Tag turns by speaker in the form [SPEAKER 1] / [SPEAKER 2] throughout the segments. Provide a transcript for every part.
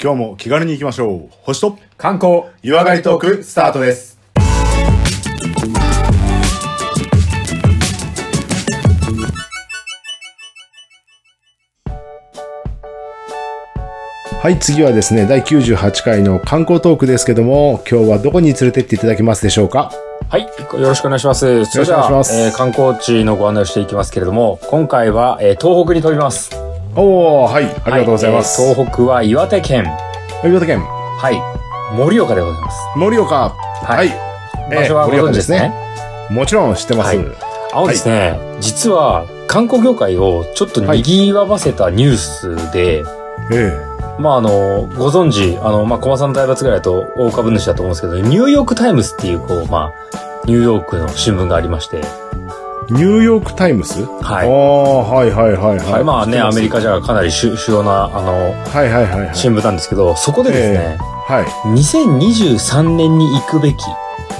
[SPEAKER 1] 今日も気軽に行きましょう。星と
[SPEAKER 2] 観光
[SPEAKER 1] 湯上がりトークスタートです。
[SPEAKER 3] はい、次はですね、第98回の観光トークですけども、今日はどこに連れてっていただけますでしょうか
[SPEAKER 2] はいよろしくお願いしますそれで
[SPEAKER 3] よろしくお願
[SPEAKER 2] はい
[SPEAKER 3] します
[SPEAKER 2] えー観光地のご案内をしていきますけれども今回は、えー東北に飛びますあ
[SPEAKER 3] おー、はい、ありがとうございます。
[SPEAKER 2] 東北は岩手県
[SPEAKER 3] 岩手県、
[SPEAKER 2] はい盛岡でございます
[SPEAKER 3] 盛岡。
[SPEAKER 2] は
[SPEAKER 3] はいい。
[SPEAKER 2] 場所はご
[SPEAKER 3] 盛
[SPEAKER 2] 存
[SPEAKER 3] 岡
[SPEAKER 2] 知
[SPEAKER 3] で
[SPEAKER 2] ですすね
[SPEAKER 3] ね。もちろん知ってます。
[SPEAKER 2] はいあのですね、実は観光業界をちょっと賑わわせたニュースで、
[SPEAKER 3] え
[SPEAKER 2] まああの、ご存知、あの、まあ、駒さんの大罰ぐらいだと大株主だと思うんですけど、ニューヨークタイムズっていう、こう、まあ、ニューヨークの新聞がありまして、
[SPEAKER 3] えニューヨークタイムズ
[SPEAKER 2] は
[SPEAKER 3] あ
[SPEAKER 2] い。
[SPEAKER 3] あ、はいはいはい
[SPEAKER 2] は、
[SPEAKER 3] はいい。
[SPEAKER 2] まあね、アメリカじゃかなり主主要な、あの、
[SPEAKER 3] はいはいはいはい。
[SPEAKER 2] 新聞なんですけど、そこでですね、
[SPEAKER 3] はい。
[SPEAKER 2] 2023年に行くべき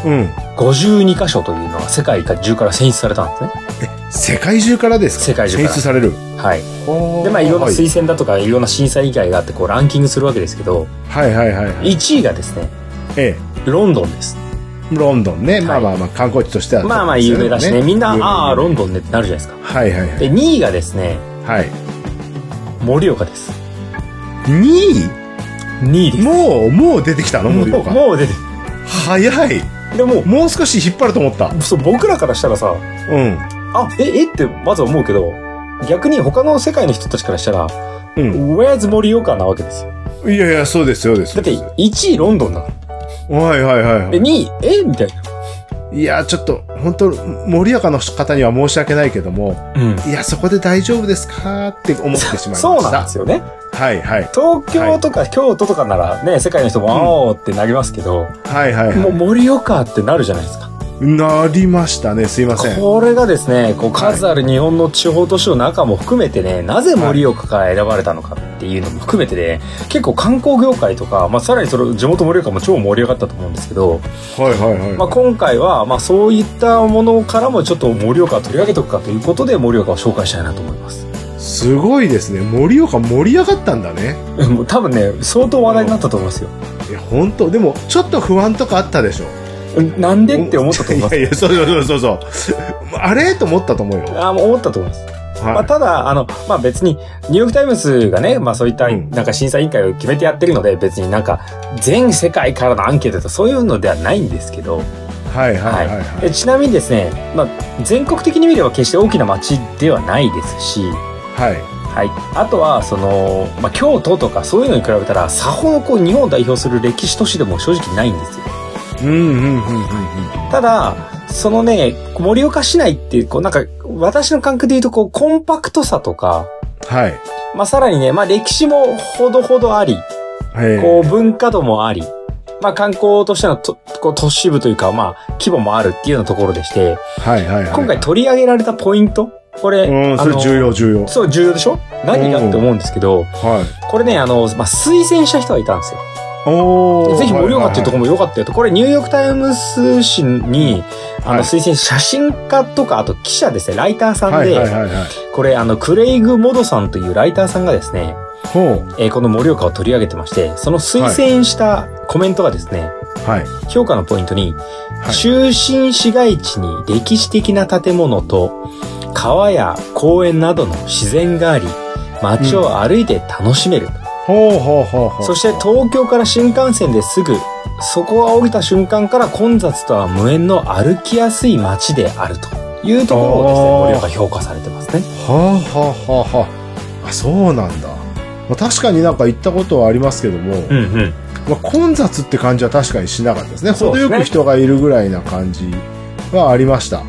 [SPEAKER 3] うん。
[SPEAKER 2] 52箇所というのが世界中から選出されたんですね。
[SPEAKER 3] 世界中からですか
[SPEAKER 2] 世界中から
[SPEAKER 3] 選出される。
[SPEAKER 2] はい。で、
[SPEAKER 3] で
[SPEAKER 2] まあ、いろんな
[SPEAKER 3] はい
[SPEAKER 2] 推薦だとか、いろんな審査委員会があって、こう、ランキングするわけですけど、
[SPEAKER 3] はいはいはいはい。
[SPEAKER 2] 1位がですね、
[SPEAKER 3] え
[SPEAKER 2] ロンドンです。
[SPEAKER 3] え。ロンドンね。
[SPEAKER 2] い
[SPEAKER 3] まあまあまあ、観光地としては。
[SPEAKER 2] まあまあ有名だしね。みんな、ああ、ロン
[SPEAKER 3] ン。
[SPEAKER 2] ドンねってなるじゃないですか。
[SPEAKER 3] はいはいはい。
[SPEAKER 2] で、2位がですね、
[SPEAKER 3] はい。
[SPEAKER 2] 盛岡です。
[SPEAKER 3] 2位
[SPEAKER 2] 2位です。
[SPEAKER 3] もう、もう出てきたの森
[SPEAKER 2] もう、
[SPEAKER 3] 岡。
[SPEAKER 2] もう出て
[SPEAKER 3] 早い。
[SPEAKER 2] る。でも、
[SPEAKER 3] もう少し引っ張ると思った。
[SPEAKER 2] そう、僕らからしたらさ、
[SPEAKER 3] うん。
[SPEAKER 2] あ、え、えってまず思うけど、逆に他の世界の人たちからしたら、
[SPEAKER 3] う
[SPEAKER 2] Where's 盛岡なわけですよ。
[SPEAKER 3] ん。いやいや、そうです、そうです。
[SPEAKER 2] だって、
[SPEAKER 3] そうで
[SPEAKER 2] 1位ロンドンだか
[SPEAKER 3] すはいはいはい
[SPEAKER 2] ら。
[SPEAKER 3] は
[SPEAKER 2] で、2位、えみたいな。
[SPEAKER 3] い。いや、ちょっと、本当盛岡の方には申し訳ないけども、
[SPEAKER 2] うん。
[SPEAKER 3] いや、そこで大丈夫ですかって思ってしまいました。
[SPEAKER 2] そうなんですよね。
[SPEAKER 3] はいはい。
[SPEAKER 2] 東京とか京都とかならね、世界の人も、あおーってなりますけど、
[SPEAKER 3] はいはい
[SPEAKER 2] もう
[SPEAKER 3] は
[SPEAKER 2] 盛岡ってなるじゃないですか。
[SPEAKER 3] い。なりましたね、すいません。
[SPEAKER 2] これがですね、こう数ある日本の地方都市の中も含めてね、なぜ盛岡から選ばれたのかっていうのも含めてね、結構観光業界とか、まあ、さらにその地元盛岡も超盛り上がったと思うんですけど、
[SPEAKER 3] はいはいはい。
[SPEAKER 2] まあ、今回は、まあ、そういったものからもちょっと盛岡を取り上げとくかということで、盛岡を紹介したいなと思います。
[SPEAKER 3] すごいですね。盛岡盛り上がったんだね。
[SPEAKER 2] もう多分ね、相当話題になったと思いますよ。
[SPEAKER 3] いや、本当でも、ちょっと不安とかあったでしょ。
[SPEAKER 2] なんでって思ったと思いま
[SPEAKER 3] い
[SPEAKER 2] す。
[SPEAKER 3] やいや、そうそうそうそう。 あれと思ったと思うよ。
[SPEAKER 2] あもう思ったと思います。まあ、
[SPEAKER 3] は
[SPEAKER 2] ただ、あの、まあ、別に、ニューヨークタイムズがね、まあ、そういった、
[SPEAKER 3] うん
[SPEAKER 2] なんか審査委員会を決めてやってるので、別になんか、全世界からのアンケートとかそういうのではないんですけど、
[SPEAKER 3] い。はいはいはいはい。
[SPEAKER 2] えちなみにですね、まあ、全国的に見れば決して大きな街ではないですし、
[SPEAKER 3] はい。
[SPEAKER 2] はい。あとは、その、まあ、京都とかそういうのに比べたら、さほどこう、日本を代表する歴史都市でも正直ないんですよ。
[SPEAKER 3] うんうんうんうんうん。
[SPEAKER 2] ただ、そのね、盛岡市内って、こう、なんか、私の感覚で言うと、こう、コンパクトさとか、
[SPEAKER 3] はい。
[SPEAKER 2] まあ、さらにね、まあ、歴史もほどほどあり、
[SPEAKER 3] え
[SPEAKER 2] こう、文化度もあり、まあ、観光としてのと、こう、都市部というか、まあ、規模もあるっていうようなところでして、
[SPEAKER 3] はいはいはい。
[SPEAKER 2] 今回取り上げられたポイント、これ、
[SPEAKER 3] うん、それ重要重要。
[SPEAKER 2] そう、重要でしょ何がって思うんですけど、
[SPEAKER 3] はい。
[SPEAKER 2] これね、あの、まあ、推薦した人がいたんですよ。
[SPEAKER 3] おー。
[SPEAKER 2] ぜひ盛岡っていうとこ
[SPEAKER 3] ろ
[SPEAKER 2] ろも良かったよと。これニューヨークタイムズ紙に、あ
[SPEAKER 3] はい
[SPEAKER 2] の、推薦写真家とか、あと記者ですね、ライターさん
[SPEAKER 3] はいはい
[SPEAKER 2] で、
[SPEAKER 3] はいはい。
[SPEAKER 2] これあの、クレイグ・モドさんというライターさんがですね、
[SPEAKER 3] ほう。
[SPEAKER 2] えーこの盛岡を取り上げてまして、その推薦したコメントがですね、
[SPEAKER 3] はい。
[SPEAKER 2] 評価のポイントに、
[SPEAKER 3] はい
[SPEAKER 2] 中心市街地に歴史的な建物と、川や公園などの自然があり、街を歩いて楽しめる。
[SPEAKER 3] ほうほうほうほう。
[SPEAKER 2] そして東京から新幹線ですぐ、そこは降りた瞬間から混雑とは無縁の歩きやすい街であるというところをですね、盛
[SPEAKER 3] あー
[SPEAKER 2] 岡評価されてますね。
[SPEAKER 3] はあはあはあはあ。あ、そうなんだ。まあ確かになんか行ったことはありますけども、
[SPEAKER 2] うんうん。
[SPEAKER 3] まあ、混雑って感じは確かにしなかったですね。
[SPEAKER 2] そう
[SPEAKER 3] 程
[SPEAKER 2] ですね
[SPEAKER 3] よく人がいるぐらいな感じはありました。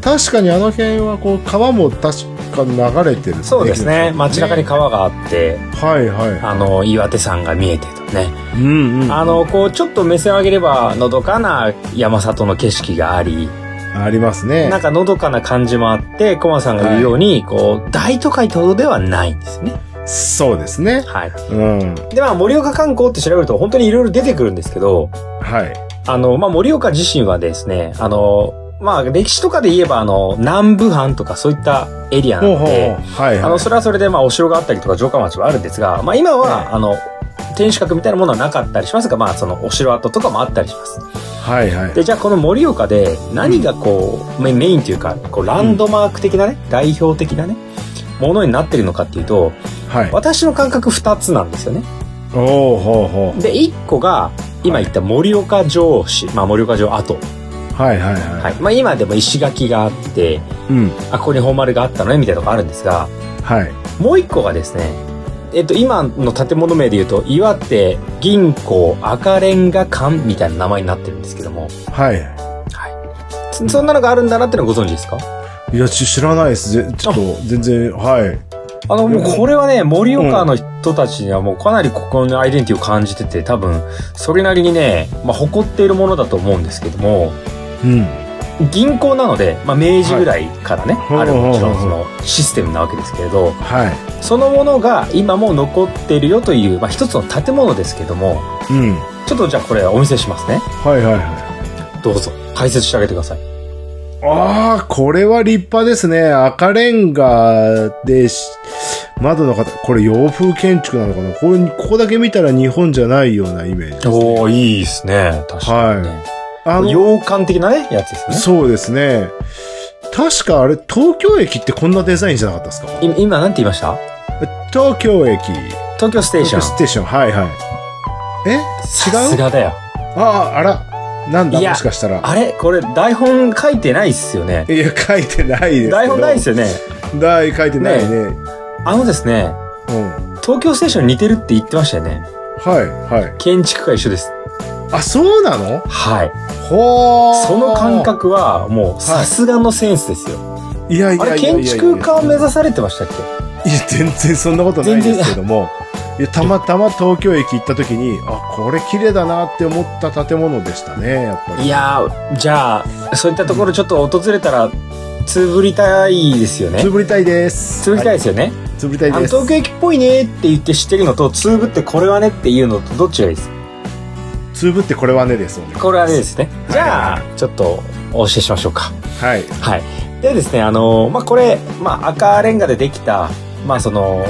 [SPEAKER 3] 確かにあの辺はこう川も確か流れてる、
[SPEAKER 2] そうですね。街中に川があって、
[SPEAKER 3] はいはい。
[SPEAKER 2] あの、岩手山が見えてとね。
[SPEAKER 3] うんうん。
[SPEAKER 2] あの、こう、ちょっと目線を上げれば、のどかな山里の景色があり、
[SPEAKER 3] ありますね。
[SPEAKER 2] なんかのどかな感じもあって、コマさんが言うように、こう、大都会ほどではないんですね。
[SPEAKER 3] そうですね。
[SPEAKER 2] はい。
[SPEAKER 3] うん。
[SPEAKER 2] で、まあ、盛岡観光って調べると、本当にいろいろ出てくるんですけど、
[SPEAKER 3] はい。
[SPEAKER 2] あの、まあ、盛岡自身はですね、あの、まあ、歴史とかで言えば、あの、南部藩とかそういったエリア
[SPEAKER 3] ほ
[SPEAKER 2] な
[SPEAKER 3] う
[SPEAKER 2] の
[SPEAKER 3] ほう。
[SPEAKER 2] で、
[SPEAKER 3] はい
[SPEAKER 2] あ
[SPEAKER 3] は
[SPEAKER 2] の、それはそれで、まあ、お城があったりとか城下町はあるんですが、まあ、今は、あの、天守閣みたいなものはなかったりしますが、まあ、そのお城跡とかもあったりします。
[SPEAKER 3] はいはい。
[SPEAKER 2] で、じゃあこの盛岡で何がこう、メメインというか、こう、ランドマーク的なね、代表的なね、ものになってるのかっていうと、
[SPEAKER 3] はい。
[SPEAKER 2] 私の感覚2つなんですよね。
[SPEAKER 3] おおほうほ
[SPEAKER 2] で、1個が、今言った盛岡城市、まあ盛岡城跡。
[SPEAKER 3] う。はいはいは
[SPEAKER 2] はい。まあ今でも石垣があって、
[SPEAKER 3] い。うん。
[SPEAKER 2] あ、ここに本丸があったのね、みたいなのがあるんですが、
[SPEAKER 3] はい。
[SPEAKER 2] もう一個がですね、えっと、今の建物名で言うと、岩手銀行赤レンガ館みたいな名前になってるんですけども、
[SPEAKER 3] は
[SPEAKER 2] はい。そそんなのがあるんだなってのはご存知ですか
[SPEAKER 3] い。いや、ち知らないです。ぜちょっと、全然、はい。
[SPEAKER 2] あの、もうこれはね、盛岡の人たちにはもうかなりここのアイデンティティを感じてて、多分、それなりにね、まあ、誇っているものだと思うんですけども、
[SPEAKER 3] うん。
[SPEAKER 2] 銀行なので、まあ、明治ぐらいからね、
[SPEAKER 3] はい
[SPEAKER 2] ある
[SPEAKER 3] ほうほうほう
[SPEAKER 2] もちろんそのシステムなわけですけれど、
[SPEAKER 3] はい。
[SPEAKER 2] そのものが今も残っているよという、まあ、一つの建物ですけども、
[SPEAKER 3] うん。
[SPEAKER 2] ちょっとじゃあこれお見せしますね。
[SPEAKER 3] はいはいはい。
[SPEAKER 2] どうぞ。解説してあげてください。
[SPEAKER 3] ああ、これは立派ですね。赤レンガでし、窓の方、これ洋風建築なのかなこれ、ここだけ見たら日本じゃないようなイメージです、ね。
[SPEAKER 2] おー、いいですね。確
[SPEAKER 3] かにね
[SPEAKER 2] ね。
[SPEAKER 3] あの
[SPEAKER 2] 洋館的なね、やつですね。
[SPEAKER 3] そうですね。確かあれ、東京駅ってこんなデザインじゃなかったですか
[SPEAKER 2] 今、今なんて言いました
[SPEAKER 3] 東京駅。
[SPEAKER 2] 東京ステーション。
[SPEAKER 3] ステーション、はいはい。え
[SPEAKER 2] さすがだよ。
[SPEAKER 3] ああ、あら。なんだ
[SPEAKER 2] いや
[SPEAKER 3] もしかしたら。
[SPEAKER 2] あれこれ台本書いてないっすよね。
[SPEAKER 3] いや、書いてないですけど。
[SPEAKER 2] 台本ないっすよね。
[SPEAKER 3] 台書いてないね。うん。
[SPEAKER 2] あのですね、東京ステーションに似てるって言ってましたよね。
[SPEAKER 3] はい、はい。
[SPEAKER 2] 建築家一緒です。
[SPEAKER 3] あ、そうなの
[SPEAKER 2] はい。
[SPEAKER 3] ほー。
[SPEAKER 2] その感。覚は、もう、さすがのセンスですよ。
[SPEAKER 3] いやい
[SPEAKER 2] あ
[SPEAKER 3] やいや
[SPEAKER 2] れ、
[SPEAKER 3] いやいや
[SPEAKER 2] 建築家を目指されてましたっけ
[SPEAKER 3] いや、全然そんなことないですけど も。いやたまたま東京駅行った時に、あ、これ綺麗だなって思った建物でしたね、やっぱり。
[SPEAKER 2] いやー、じゃあ、そういったところちょっと訪れたら、つぶりたいですよね
[SPEAKER 3] つ。ぶりたいです。
[SPEAKER 2] つぶりたいです
[SPEAKER 3] よ。
[SPEAKER 2] よね。
[SPEAKER 3] つぶりたい
[SPEAKER 2] あの
[SPEAKER 3] です。
[SPEAKER 2] 東京駅っぽいねって言って知ってるのと、つぶってこれはねっていうのと、どっちがいいですか
[SPEAKER 3] つぶってこれはねですよね。
[SPEAKER 2] これはねですね。じゃ
[SPEAKER 3] は
[SPEAKER 2] あ、ちょっと、お教えしましょうか。
[SPEAKER 3] はい。
[SPEAKER 2] はい。でですね、あの、まあ、これ、まあ、赤レンガでできた、まあ、その、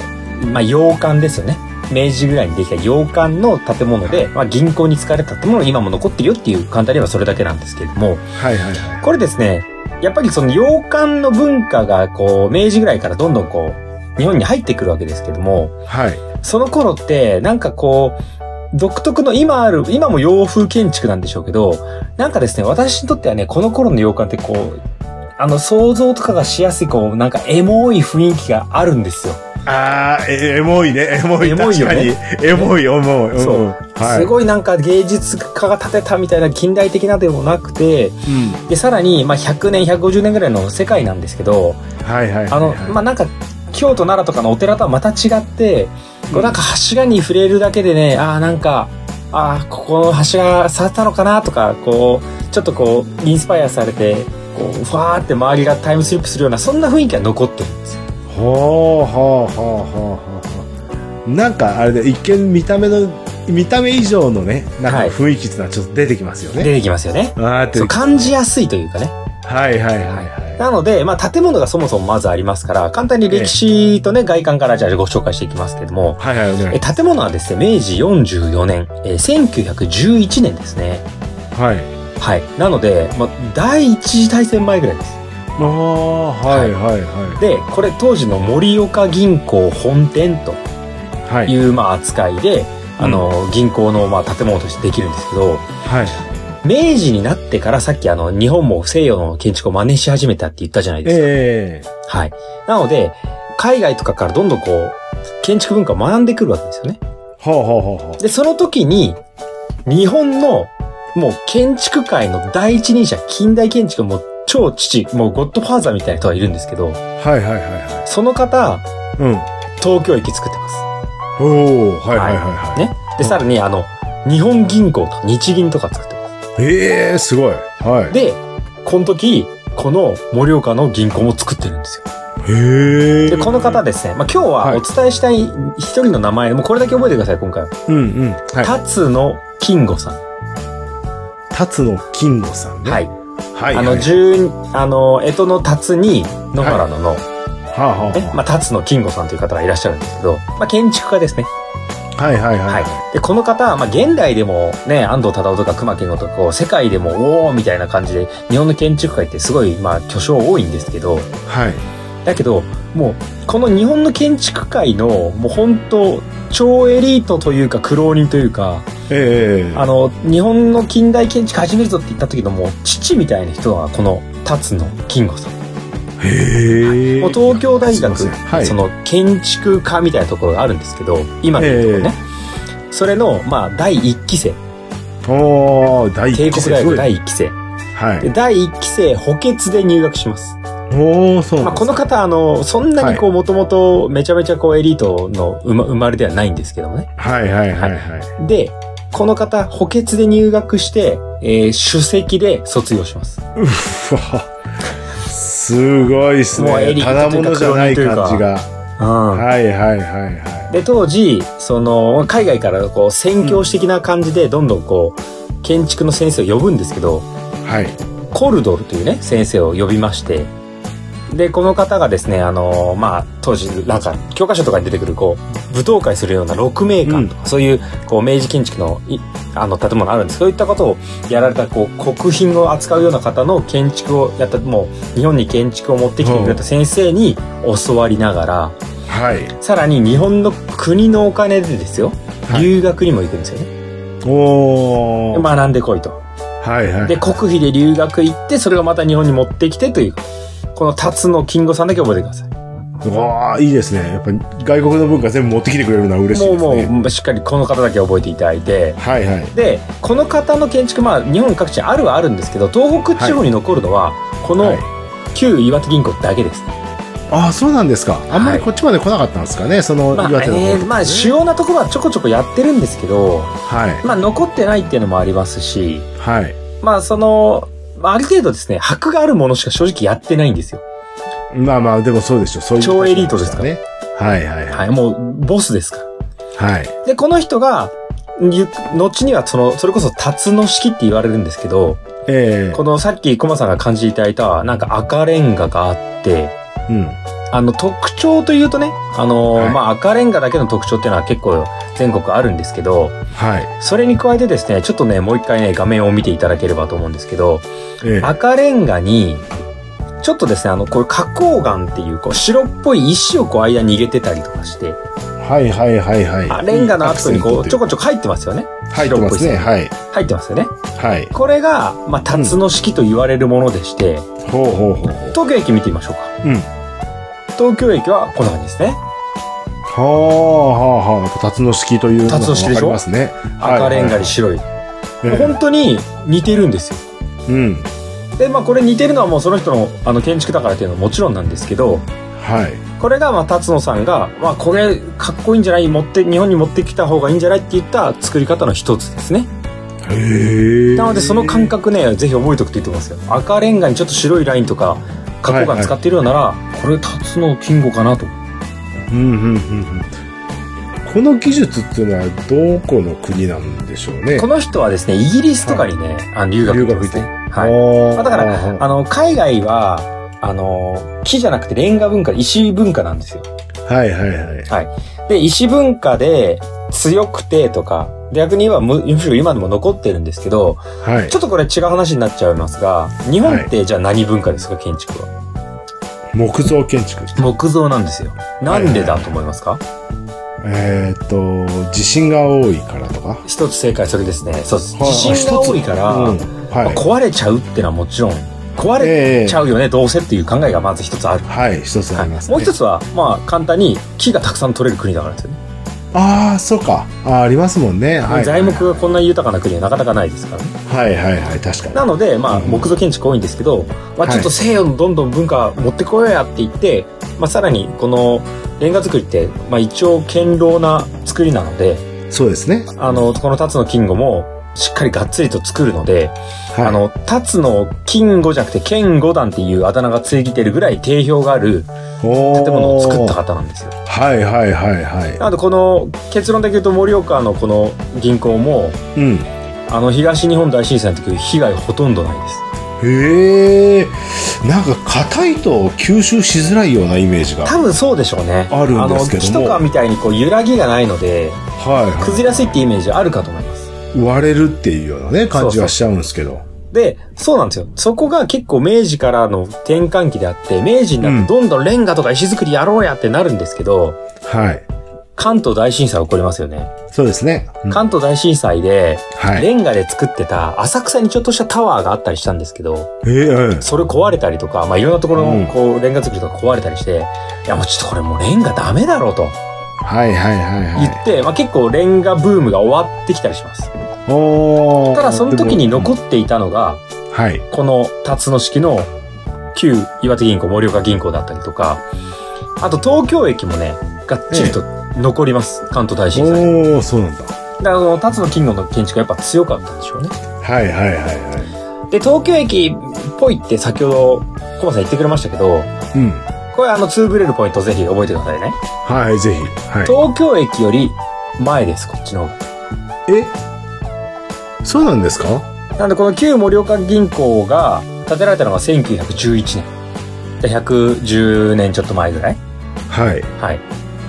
[SPEAKER 2] まあ、洋館ですよね。明治ぐらいにできた洋館の建物で、まあ、銀行に使われた建物、今も残ってるよっていう簡単にはそれだけなんですけれども、
[SPEAKER 3] はいはいはい。
[SPEAKER 2] これですね、やっぱりその洋館の文化が、こう、明治ぐらいからどんどんこう、日本に入ってくるわけですけども、
[SPEAKER 3] はい。
[SPEAKER 2] その頃って、なんかこう、独特の今ある、今も洋風建築なんでしょうけど、なんかですね、私にとってはね、この頃の洋館ってこう、あの、想像とかがしやすい、こう、なんかエモい雰囲気があるんですよ。
[SPEAKER 3] あー、えエモいね、エモい。
[SPEAKER 2] エモい
[SPEAKER 3] 確
[SPEAKER 2] よね
[SPEAKER 3] かに。エモい、エモい。ん
[SPEAKER 2] そう
[SPEAKER 3] はい。
[SPEAKER 2] すごいなんか芸術家が建てたみたいな近代的なでもなくて、
[SPEAKER 3] うん。
[SPEAKER 2] で、さらに、まあ、100年、150年ぐらいの世界なんですけど、
[SPEAKER 3] はいはいはいはい。
[SPEAKER 2] あの、まあ、なんか、京都、奈良とかのお寺とはまた違って、こうなんか柱に触れるだけでね、ああ、なんか、ああ、ここの柱触ったのかなとか、こう、ちょっとこう、インスパイアされて、こう、ふわーって周りがタイムスリップするような、そんな雰囲気が残ってるんですよ。
[SPEAKER 3] ほうほうほうほうほう。なんかあれで一見見た目の見た目以上のねなん
[SPEAKER 2] はい
[SPEAKER 3] か雰囲気っていうのはちょっと出てきますよ
[SPEAKER 2] 出
[SPEAKER 3] ね。
[SPEAKER 2] てきますよね。
[SPEAKER 3] あーって
[SPEAKER 2] そう感じやすいというかね。
[SPEAKER 3] はいはいはいは
[SPEAKER 2] なので、まあ、建物がそもそもまずありますから、簡単に歴史とね、外観からじゃあご紹介していきますけども、
[SPEAKER 3] い。はいはいお願
[SPEAKER 2] え
[SPEAKER 3] い。
[SPEAKER 2] 建物はですね、明治44年、えー1911年ですね。
[SPEAKER 3] はい。
[SPEAKER 2] はい。なので、まあ、第一次大戦前ぐらいです。
[SPEAKER 3] ああはいはいは
[SPEAKER 2] で、これ当時の盛岡銀行本店と
[SPEAKER 3] い。はい
[SPEAKER 2] いう、まあ、扱いで、あの、銀行の、まあ、建物としてできるんですけど、
[SPEAKER 3] はい
[SPEAKER 2] 明治になってからさっきあの、日本も西洋の建築を真似し始めたって言ったじゃないですか。
[SPEAKER 3] ええ
[SPEAKER 2] はい。なので、海外とかからどんどんこう、建築文化を学んでくるわけですよね。
[SPEAKER 3] ほうほうほうほ
[SPEAKER 2] で、その時に、日本の、もう建築界の第一人者、近代建築もう超父、もうゴッドファーザーみたいな人がいるんですけど、
[SPEAKER 3] う。はいはいはいは
[SPEAKER 2] その方、
[SPEAKER 3] い。うん。
[SPEAKER 2] 東京駅作ってます。
[SPEAKER 3] おおはいはいはいはい。
[SPEAKER 2] ね。で、
[SPEAKER 3] うん
[SPEAKER 2] さらに、あの、日本銀行とか日銀とか作ってま
[SPEAKER 3] ええすごい。はい
[SPEAKER 2] す。。で、この時、この盛岡の銀行も作ってるんですよ。
[SPEAKER 3] へえ。
[SPEAKER 2] で、この方ですね、まあ、今日は
[SPEAKER 3] はい
[SPEAKER 2] お伝えしたい一人の名前、もうこれだけ覚えてください、今回は。
[SPEAKER 3] うんうん。は
[SPEAKER 2] 辰野金吾さん。
[SPEAKER 3] い。辰野金吾さんね。。
[SPEAKER 2] はいい。
[SPEAKER 3] はい。
[SPEAKER 2] あの、
[SPEAKER 3] はい
[SPEAKER 2] 十、あの、江戸の辰に、野原の野、
[SPEAKER 3] はあはあはあ
[SPEAKER 2] ね、まあ、辰野金吾さんという方がいらっしゃるんですけど、まあ、建築家ですね。
[SPEAKER 3] はいはいは。
[SPEAKER 2] はいい、でこの方は、まあ、現代でも、ね、安藤忠雄とか熊健吾とかこう世界でもおおみたいな感じで日本の建築界ってすごい、まあ、巨匠多いんですけど
[SPEAKER 3] はい。
[SPEAKER 2] だけどもうこの日本の建築界のもう本当超エリートというか苦労人というか
[SPEAKER 3] ええ
[SPEAKER 2] あの日本の近代建築始めるぞって言った時のもう父みたいな人がこの辰野金吾さん。
[SPEAKER 3] へえ。
[SPEAKER 2] もう東京大学、
[SPEAKER 3] すいませんはい
[SPEAKER 2] その建築家みたいなところがあるんですけど今のところね、それの、まあ、第1期生
[SPEAKER 3] おー、第
[SPEAKER 2] 帝
[SPEAKER 3] 一期
[SPEAKER 2] 国
[SPEAKER 3] 生
[SPEAKER 2] 大
[SPEAKER 3] す
[SPEAKER 2] 学
[SPEAKER 3] ごい
[SPEAKER 2] 第1期生
[SPEAKER 3] は
[SPEAKER 2] で
[SPEAKER 3] い。
[SPEAKER 2] 第1期生補欠で入学します、
[SPEAKER 3] おー、そうな
[SPEAKER 2] まあ、
[SPEAKER 3] んで
[SPEAKER 2] こ
[SPEAKER 3] す
[SPEAKER 2] の方あのそんなにこうもともとめちゃめちゃこうエリートの生ま生まれではないんですけどもね
[SPEAKER 3] はいはいはいはい。
[SPEAKER 2] でこの方補欠で入学して、えー、首席で卒業します
[SPEAKER 3] うっわ。すごいっす
[SPEAKER 2] もうエ
[SPEAKER 3] ね。
[SPEAKER 2] リー
[SPEAKER 3] ただ
[SPEAKER 2] トとい
[SPEAKER 3] も
[SPEAKER 2] うか
[SPEAKER 3] のじゃない
[SPEAKER 2] 黒人というか
[SPEAKER 3] 感じが。
[SPEAKER 2] うん
[SPEAKER 3] はいはいはいは
[SPEAKER 2] で当時その海外からこう宣教師的な感じでどんどんこう建築の先生を呼ぶんですけど
[SPEAKER 3] い。はい。
[SPEAKER 2] コルドルというね先生を呼びましてでこの方がですねあのまあ当時なんか教科書とかに出てくるこう舞踏会するような鹿鳴館とか、そういうこう明治建築のいあの建物あるんですそういったことをやられたこう国賓を扱うような方の建築をやったもう日本に建築を持ってきてくれた先生に教わりながら。
[SPEAKER 3] はい。
[SPEAKER 2] さらに日本の国のお金でですよ、
[SPEAKER 3] はい
[SPEAKER 2] 留学にも行くんですよね。
[SPEAKER 3] おー。
[SPEAKER 2] 学んでこいと。
[SPEAKER 3] はいはい。
[SPEAKER 2] で、国費で留学行って、それをまた日本に持ってきてという、この辰野金吾さんだけ覚えてください。
[SPEAKER 3] わあいいですね。やっぱ外国の文化全部持ってきてくれるのは嬉しいですね。
[SPEAKER 2] もうもう、しっかりこの方だけ覚えていただいて、
[SPEAKER 3] はいはい。
[SPEAKER 2] で、この方の建築、まあ、日本各地あるはあるんですけど、東北地方に残るのは、こ
[SPEAKER 3] は
[SPEAKER 2] の
[SPEAKER 3] い
[SPEAKER 2] 旧岩手銀行だけです。
[SPEAKER 3] ああ、そうなんですか。あんまりこっちまで来なかったんですかね、その
[SPEAKER 2] まあ、
[SPEAKER 3] 岩手の方、
[SPEAKER 2] えーまあ、主要なところはちょこちょこやってるんですけど、
[SPEAKER 3] はい。
[SPEAKER 2] まあ、残ってないっていうのもありますし、
[SPEAKER 3] はい。
[SPEAKER 2] まあその、まあある程度ですね、箔があるものしか正直やってないんですよ。
[SPEAKER 3] まあまあ、でもそうでしょう。そういう。
[SPEAKER 2] 超エリートですから
[SPEAKER 3] ね。はいはいはい。
[SPEAKER 2] はい、もうボスですから。
[SPEAKER 3] はい。
[SPEAKER 2] で、この人が、ゆ後にはその、それこそ辰の式って言われるんですけど、
[SPEAKER 3] ええ
[SPEAKER 2] このさっきコマさんが感じていただいた、なんか赤レンガがあって、
[SPEAKER 3] うん。
[SPEAKER 2] あの特徴というとね、あの、
[SPEAKER 3] はい
[SPEAKER 2] まあ赤レンガだけの特徴っていうのは結構全国あるんですけど、
[SPEAKER 3] はい。
[SPEAKER 2] それに加えてですね、ちょっとね、もう一回ね、画面を見ていただければと思うんですけど、
[SPEAKER 3] ええ
[SPEAKER 2] 赤レンガに、ちょっとですね、あの、これ花崗岩っていう、こう、白っぽい石をこう、間に入れてたりとかして、
[SPEAKER 3] はいはいはいはい。
[SPEAKER 2] あレンガの後にこう、ちょ
[SPEAKER 3] こ
[SPEAKER 2] こちょこ入ってますよね。
[SPEAKER 3] 入ってますね。
[SPEAKER 2] 白っぽい
[SPEAKER 3] はい。
[SPEAKER 2] 石入ってますよね。
[SPEAKER 3] はい。
[SPEAKER 2] これが、まあ、辰の式と言われるものでして、
[SPEAKER 3] ほうほうほうほう。
[SPEAKER 2] 東京駅見てみましょうか。
[SPEAKER 3] うん。
[SPEAKER 2] 東京駅はこんな感じですね。
[SPEAKER 3] はあはあはあ。辰の式というのが
[SPEAKER 2] 辰の式でしょ
[SPEAKER 3] わかりますね。はい
[SPEAKER 2] 赤レンガに白い。も
[SPEAKER 3] え
[SPEAKER 2] う本当に似てるんですよ。
[SPEAKER 3] えうん。
[SPEAKER 2] で、まあ、これ似てるのはもうその人の、あの、建築だからっていうのはもちろんなんですけど、
[SPEAKER 3] はい。
[SPEAKER 2] これが、まあ、辰野さんが、まあ、これ、かっこいいんじゃない持って、日本に持ってきた方がいいんじゃないって言った作り方の一つですね。
[SPEAKER 3] へえ。
[SPEAKER 2] なので、その感覚ね、ぜひ覚えておくといいと思いますよ。赤レンガにちょっと白いラインとか、加工が使っているようなら、これ、辰野金吾かなと。
[SPEAKER 3] うんうんうんうんこの技術っていうのはどこの国なんでしょうね。
[SPEAKER 2] この人はですね、イギリスとかにね、あの留学行ってますね。はい。
[SPEAKER 3] はい
[SPEAKER 2] まあだから
[SPEAKER 3] は
[SPEAKER 2] あの、海外は、あの、木じゃなくてレンガ文化、石文化なんですよ。
[SPEAKER 3] いはいはい。
[SPEAKER 2] で、石文化で強くてとか、逆に言えばむむしろ今でも残ってるんですけど、
[SPEAKER 3] はい
[SPEAKER 2] ち。ょっとこれ違う話になっちゃいますが、日本ってじゃあ何文化ですか、建築は。
[SPEAKER 3] 木造建築。
[SPEAKER 2] 木造なんですよ。なんでだと思いますか、
[SPEAKER 3] えーっと、地震が多いからとか。
[SPEAKER 2] 一つ正解それですね。そうです。
[SPEAKER 3] はい
[SPEAKER 2] 地震が多いから、
[SPEAKER 3] うん
[SPEAKER 2] まあ
[SPEAKER 3] はい。
[SPEAKER 2] 壊れちゃうってのはもちろん、壊れ
[SPEAKER 3] ええ
[SPEAKER 2] ちゃうよね、どうせっていう考えがまず一つある。
[SPEAKER 3] はい、一つあ
[SPEAKER 2] はい
[SPEAKER 3] ります、ね
[SPEAKER 2] もう一つは、まあ簡単に木がたくさん取れる国だからですよね。
[SPEAKER 3] ああ、そうか。あーありますもんね。はい。
[SPEAKER 2] 材木がこんなに豊かな国はなかなかないですからね。
[SPEAKER 3] はいはいはい、確かに。
[SPEAKER 2] なので、まあ、
[SPEAKER 3] うん
[SPEAKER 2] 木造建築多いんですけど、まあ、ちょっと西洋のどんどん文化持ってこようやって言って、まあ、さらにこのレンガ作りって、まあ、一応堅牢な作りなので
[SPEAKER 3] そうですね。
[SPEAKER 2] あのこの辰野金吾もしっかりがっつりと作るので、
[SPEAKER 3] はい。
[SPEAKER 2] あの辰野金吾じゃなくて剣五段っていうあだ名がついてるぐらい定評がある
[SPEAKER 3] おー、
[SPEAKER 2] 建
[SPEAKER 3] 建
[SPEAKER 2] 物を作った方なんですよ。
[SPEAKER 3] はいはいはいは
[SPEAKER 2] なのでこの結論だけ言うと盛岡のこの銀行も
[SPEAKER 3] い。うん。
[SPEAKER 2] あの東日本大震災の時被害ほとんどないです。
[SPEAKER 3] へえ。なんか硬いと吸収しづらいようなイメージが。
[SPEAKER 2] 多分そうでしょうね
[SPEAKER 3] あるんですけども
[SPEAKER 2] あの木とかみたいにこう揺らぎがないので
[SPEAKER 3] は
[SPEAKER 2] 崩れやすいってイメージあるかと思います。
[SPEAKER 3] い。割れるっていうようなね、感じはしちゃうんですけど。
[SPEAKER 2] で、そうなんですよ。そこが結構明治からの転換期であって、明治になってどんどんレンガとか石造りやろうやってなるんですけど、
[SPEAKER 3] はい。
[SPEAKER 2] 関東大震災起こりますよね。
[SPEAKER 3] そうですね。うん
[SPEAKER 2] 関東大震災で、
[SPEAKER 3] はい。
[SPEAKER 2] レンガで作ってた浅草にちょっとしたタワーがあったりしたんですけど、
[SPEAKER 3] えーえ
[SPEAKER 2] それ壊れたりとか、まあいろんなところ
[SPEAKER 3] うん
[SPEAKER 2] のこう、レンガ作りとか壊れたりして、いやもうちょっとこれもうレンガダメだろうと
[SPEAKER 3] ーはいはいはい
[SPEAKER 2] 言
[SPEAKER 3] は
[SPEAKER 2] って、まあ結構レンガブームが終わってきたりします。
[SPEAKER 3] い。おー
[SPEAKER 2] ただその時に残
[SPEAKER 3] っ
[SPEAKER 2] っていたのが、
[SPEAKER 3] はい。
[SPEAKER 2] この辰野式の旧岩手銀行、盛岡銀行だったりとか、あと東京駅もね、がっちりと残ります。関東大震災。だか
[SPEAKER 3] おーそうなんだ。
[SPEAKER 2] らその辰野金吾の建築はやっぱ強かったんでしょうね。
[SPEAKER 3] はいはいはいは
[SPEAKER 2] で、東京駅っぽいって先ほどコバさん言ってくれましたけ
[SPEAKER 3] い。
[SPEAKER 2] ど、
[SPEAKER 3] うん。
[SPEAKER 2] これあのツーブレるポイントぜひ覚えてくださいね。
[SPEAKER 3] はい、ぜひ。はい。
[SPEAKER 2] 東京駅より前です、こっちの方が。
[SPEAKER 3] えそうなんですか
[SPEAKER 2] なんでこの旧盛岡銀行が建てられたのが1911年。で110年ちょっと前ぐらい。
[SPEAKER 3] はい。
[SPEAKER 2] はい。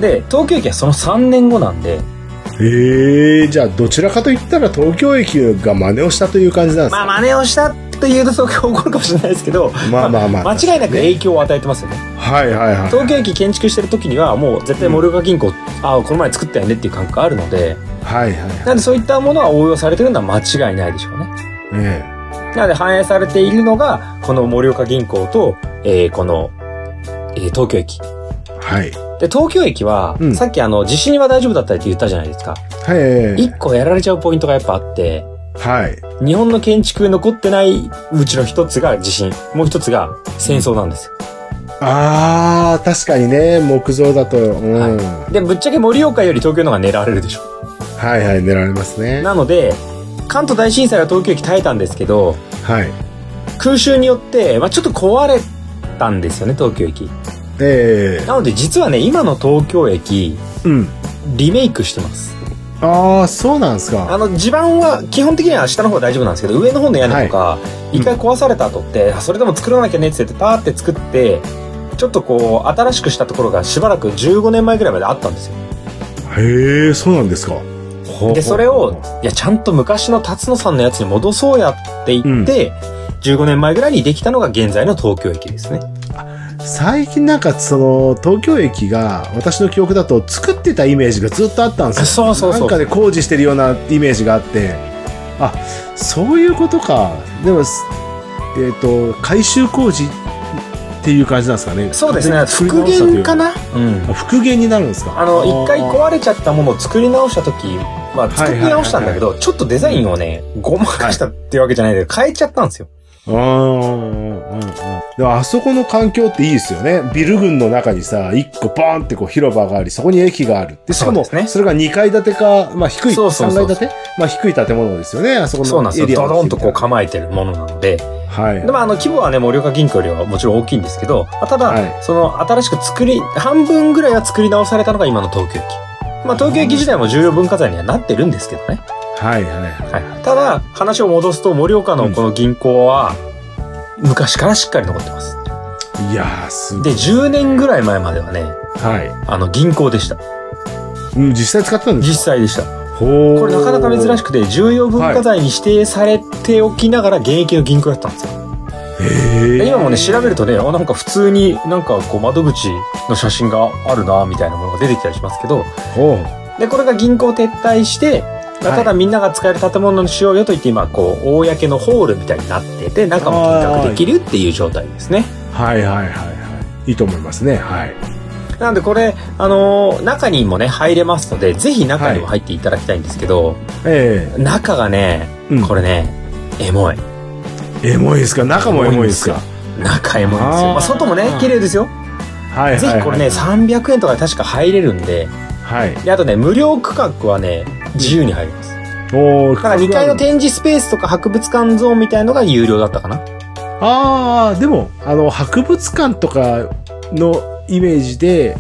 [SPEAKER 2] で、東京駅はその3年後なんで、
[SPEAKER 3] ええじゃあどちらかといったら東京駅が真似をしたという感じなんです
[SPEAKER 2] まあ
[SPEAKER 3] か、
[SPEAKER 2] 真似をしたというと東京起こるかもしれないですけど、
[SPEAKER 3] まあまあまあ
[SPEAKER 2] 間違いなく影響を与えてますよね。
[SPEAKER 3] はいはいはい。
[SPEAKER 2] 東京駅建築してる時にはもう絶対盛岡銀行、ああ、この前作ったよねっていう感覚があるので、
[SPEAKER 3] はいはいはい。
[SPEAKER 2] なんでそういったものは応用されてるのは間違いないでしょうね。
[SPEAKER 3] え
[SPEAKER 2] なので反映されているのが、この盛岡銀行と、えーこの、えー東京駅。
[SPEAKER 3] えはい。
[SPEAKER 2] で、東京駅は、
[SPEAKER 3] うん
[SPEAKER 2] さっきあの、地震は大丈夫だったって言ったじゃないですか。
[SPEAKER 3] はいええ
[SPEAKER 2] 一個やられちゃうポイントがやっぱあって、
[SPEAKER 3] はい。
[SPEAKER 2] 日本の建築残ってないうちの一つが地震、もう一つが戦争なんですよ。
[SPEAKER 3] あー、確かにね、木造だと、うん。
[SPEAKER 2] は
[SPEAKER 3] はいい、
[SPEAKER 2] で、ぶっちゃけ盛岡より東京の方が狙われるでしょ。
[SPEAKER 3] はいはい狙われますね。
[SPEAKER 2] なので、関東大震災は東京駅耐えたんですけど、
[SPEAKER 3] はい。
[SPEAKER 2] 空襲によって、まあちょっと壊れたんですよね、東京駅。
[SPEAKER 3] ええ
[SPEAKER 2] なので実はね、今の東京駅、
[SPEAKER 3] うん。
[SPEAKER 2] リメイクしてます。
[SPEAKER 3] あー、そうなんです
[SPEAKER 2] あ
[SPEAKER 3] か。
[SPEAKER 2] の、地盤は基本的には下の方が大丈夫なんですけど、上の方の屋根とか、
[SPEAKER 3] い
[SPEAKER 2] 一回壊された後って、あそれでも作らなきゃねって言って、パーって作って、ちょっとこう、新しくしたところがしばらく15年前ぐらいまであったんですよ。
[SPEAKER 3] へえ、そうなんですか。
[SPEAKER 2] で、それを、いや、ちゃんと昔の辰野さんのやつに戻そうやって言って、15年前ぐらいにできたのが現在の東京駅ですね。
[SPEAKER 3] 最近なんかその東京駅が私の記憶だと作ってたイメージがずっとあったんですよ
[SPEAKER 2] そうそうそう
[SPEAKER 3] なんかで工事してるようなイメージがあってあそういうことかでもすえっ、と改修工事っていう感じなんですかね
[SPEAKER 2] そうですね。
[SPEAKER 3] 作り
[SPEAKER 2] 復
[SPEAKER 3] 直したという
[SPEAKER 2] 元かなうん
[SPEAKER 3] あ。復元になるんですか
[SPEAKER 2] あの、一回
[SPEAKER 3] う
[SPEAKER 2] 壊れちゃったものを作り直した時は、作り直したんだけど、ちょっとデザインをね、ごまかしたっていうわけじゃないけど、変えちゃったんですよ。
[SPEAKER 3] あーうんうんうんでもあそこの環境っていいですよねビル群の中にさ一個バーンってこう広場がありそこに駅があるでしか
[SPEAKER 2] そう
[SPEAKER 3] も
[SPEAKER 2] ですね
[SPEAKER 3] それが2階建てか、まあ、低い
[SPEAKER 2] そうそうそう
[SPEAKER 3] 3階建て、まあ、低い建物ですよねあそこ
[SPEAKER 2] そう
[SPEAKER 3] の
[SPEAKER 2] なんです
[SPEAKER 3] エ
[SPEAKER 2] よ。
[SPEAKER 3] リア
[SPEAKER 2] ドドンとこう
[SPEAKER 3] か
[SPEAKER 2] 構えてるものなので。
[SPEAKER 3] はい
[SPEAKER 2] でもあの、規模はね、盛岡銀行よりはもちろん大きいんですけど、まあただ、
[SPEAKER 3] はい
[SPEAKER 2] その、新しく作り、半分ぐらいは作り直されたのが今の東京駅。まあ、東京駅自体も重要文化財にはなってるんですけどね。
[SPEAKER 3] はいはいはい
[SPEAKER 2] はい。ただ、話を戻すと、盛岡のこの銀行は、昔からしっかり残ってます。
[SPEAKER 3] いやー、すご
[SPEAKER 2] で、
[SPEAKER 3] い。
[SPEAKER 2] 10年ぐらい前まではね、
[SPEAKER 3] は
[SPEAKER 2] あの、銀行でした。
[SPEAKER 3] い。うん、実際使ってたんです
[SPEAKER 2] 実際でした。
[SPEAKER 3] ほ
[SPEAKER 2] これなかなか珍し
[SPEAKER 3] く。
[SPEAKER 2] くて、重要文化財に指定されておきながら現役の銀行だったんですよ。
[SPEAKER 3] へ
[SPEAKER 2] で
[SPEAKER 3] え。
[SPEAKER 2] 今もね、調べるとね、あなんか普通になんかこう窓口の写真があるな、みたいなものが出てきたりしますけど、
[SPEAKER 3] ほう。
[SPEAKER 2] で、これが銀行撤退して、まあ
[SPEAKER 3] はい
[SPEAKER 2] ただみんなが使える建物にしようよと言って今こう、公のホールみたいになってて、中も見学できるっていう状態ですね。
[SPEAKER 3] はいはいはいはい。いいと思いますね。はい。
[SPEAKER 2] なんでこれ、あのー中にもね、入れますので、ぜひ中にも入っていただきたいんですけど、
[SPEAKER 3] え
[SPEAKER 2] 中がね、
[SPEAKER 3] えうん。
[SPEAKER 2] これね、エモい。
[SPEAKER 3] エモいですか中もエモいですか
[SPEAKER 2] 中エモいんですよ。
[SPEAKER 3] あー
[SPEAKER 2] まあ、外もね、綺麗ですよ。
[SPEAKER 3] はいはいはい。
[SPEAKER 2] ぜひこれね、300円とかで確か入れるんで、
[SPEAKER 3] はい。
[SPEAKER 2] で、あとね、無料区画はね、自由に入ります。
[SPEAKER 3] おー、
[SPEAKER 2] だから2階の展示スペースとか博物館ゾーンみたいのが有料だったかな。
[SPEAKER 3] あー、でも、あの、博物館とかのイメージで、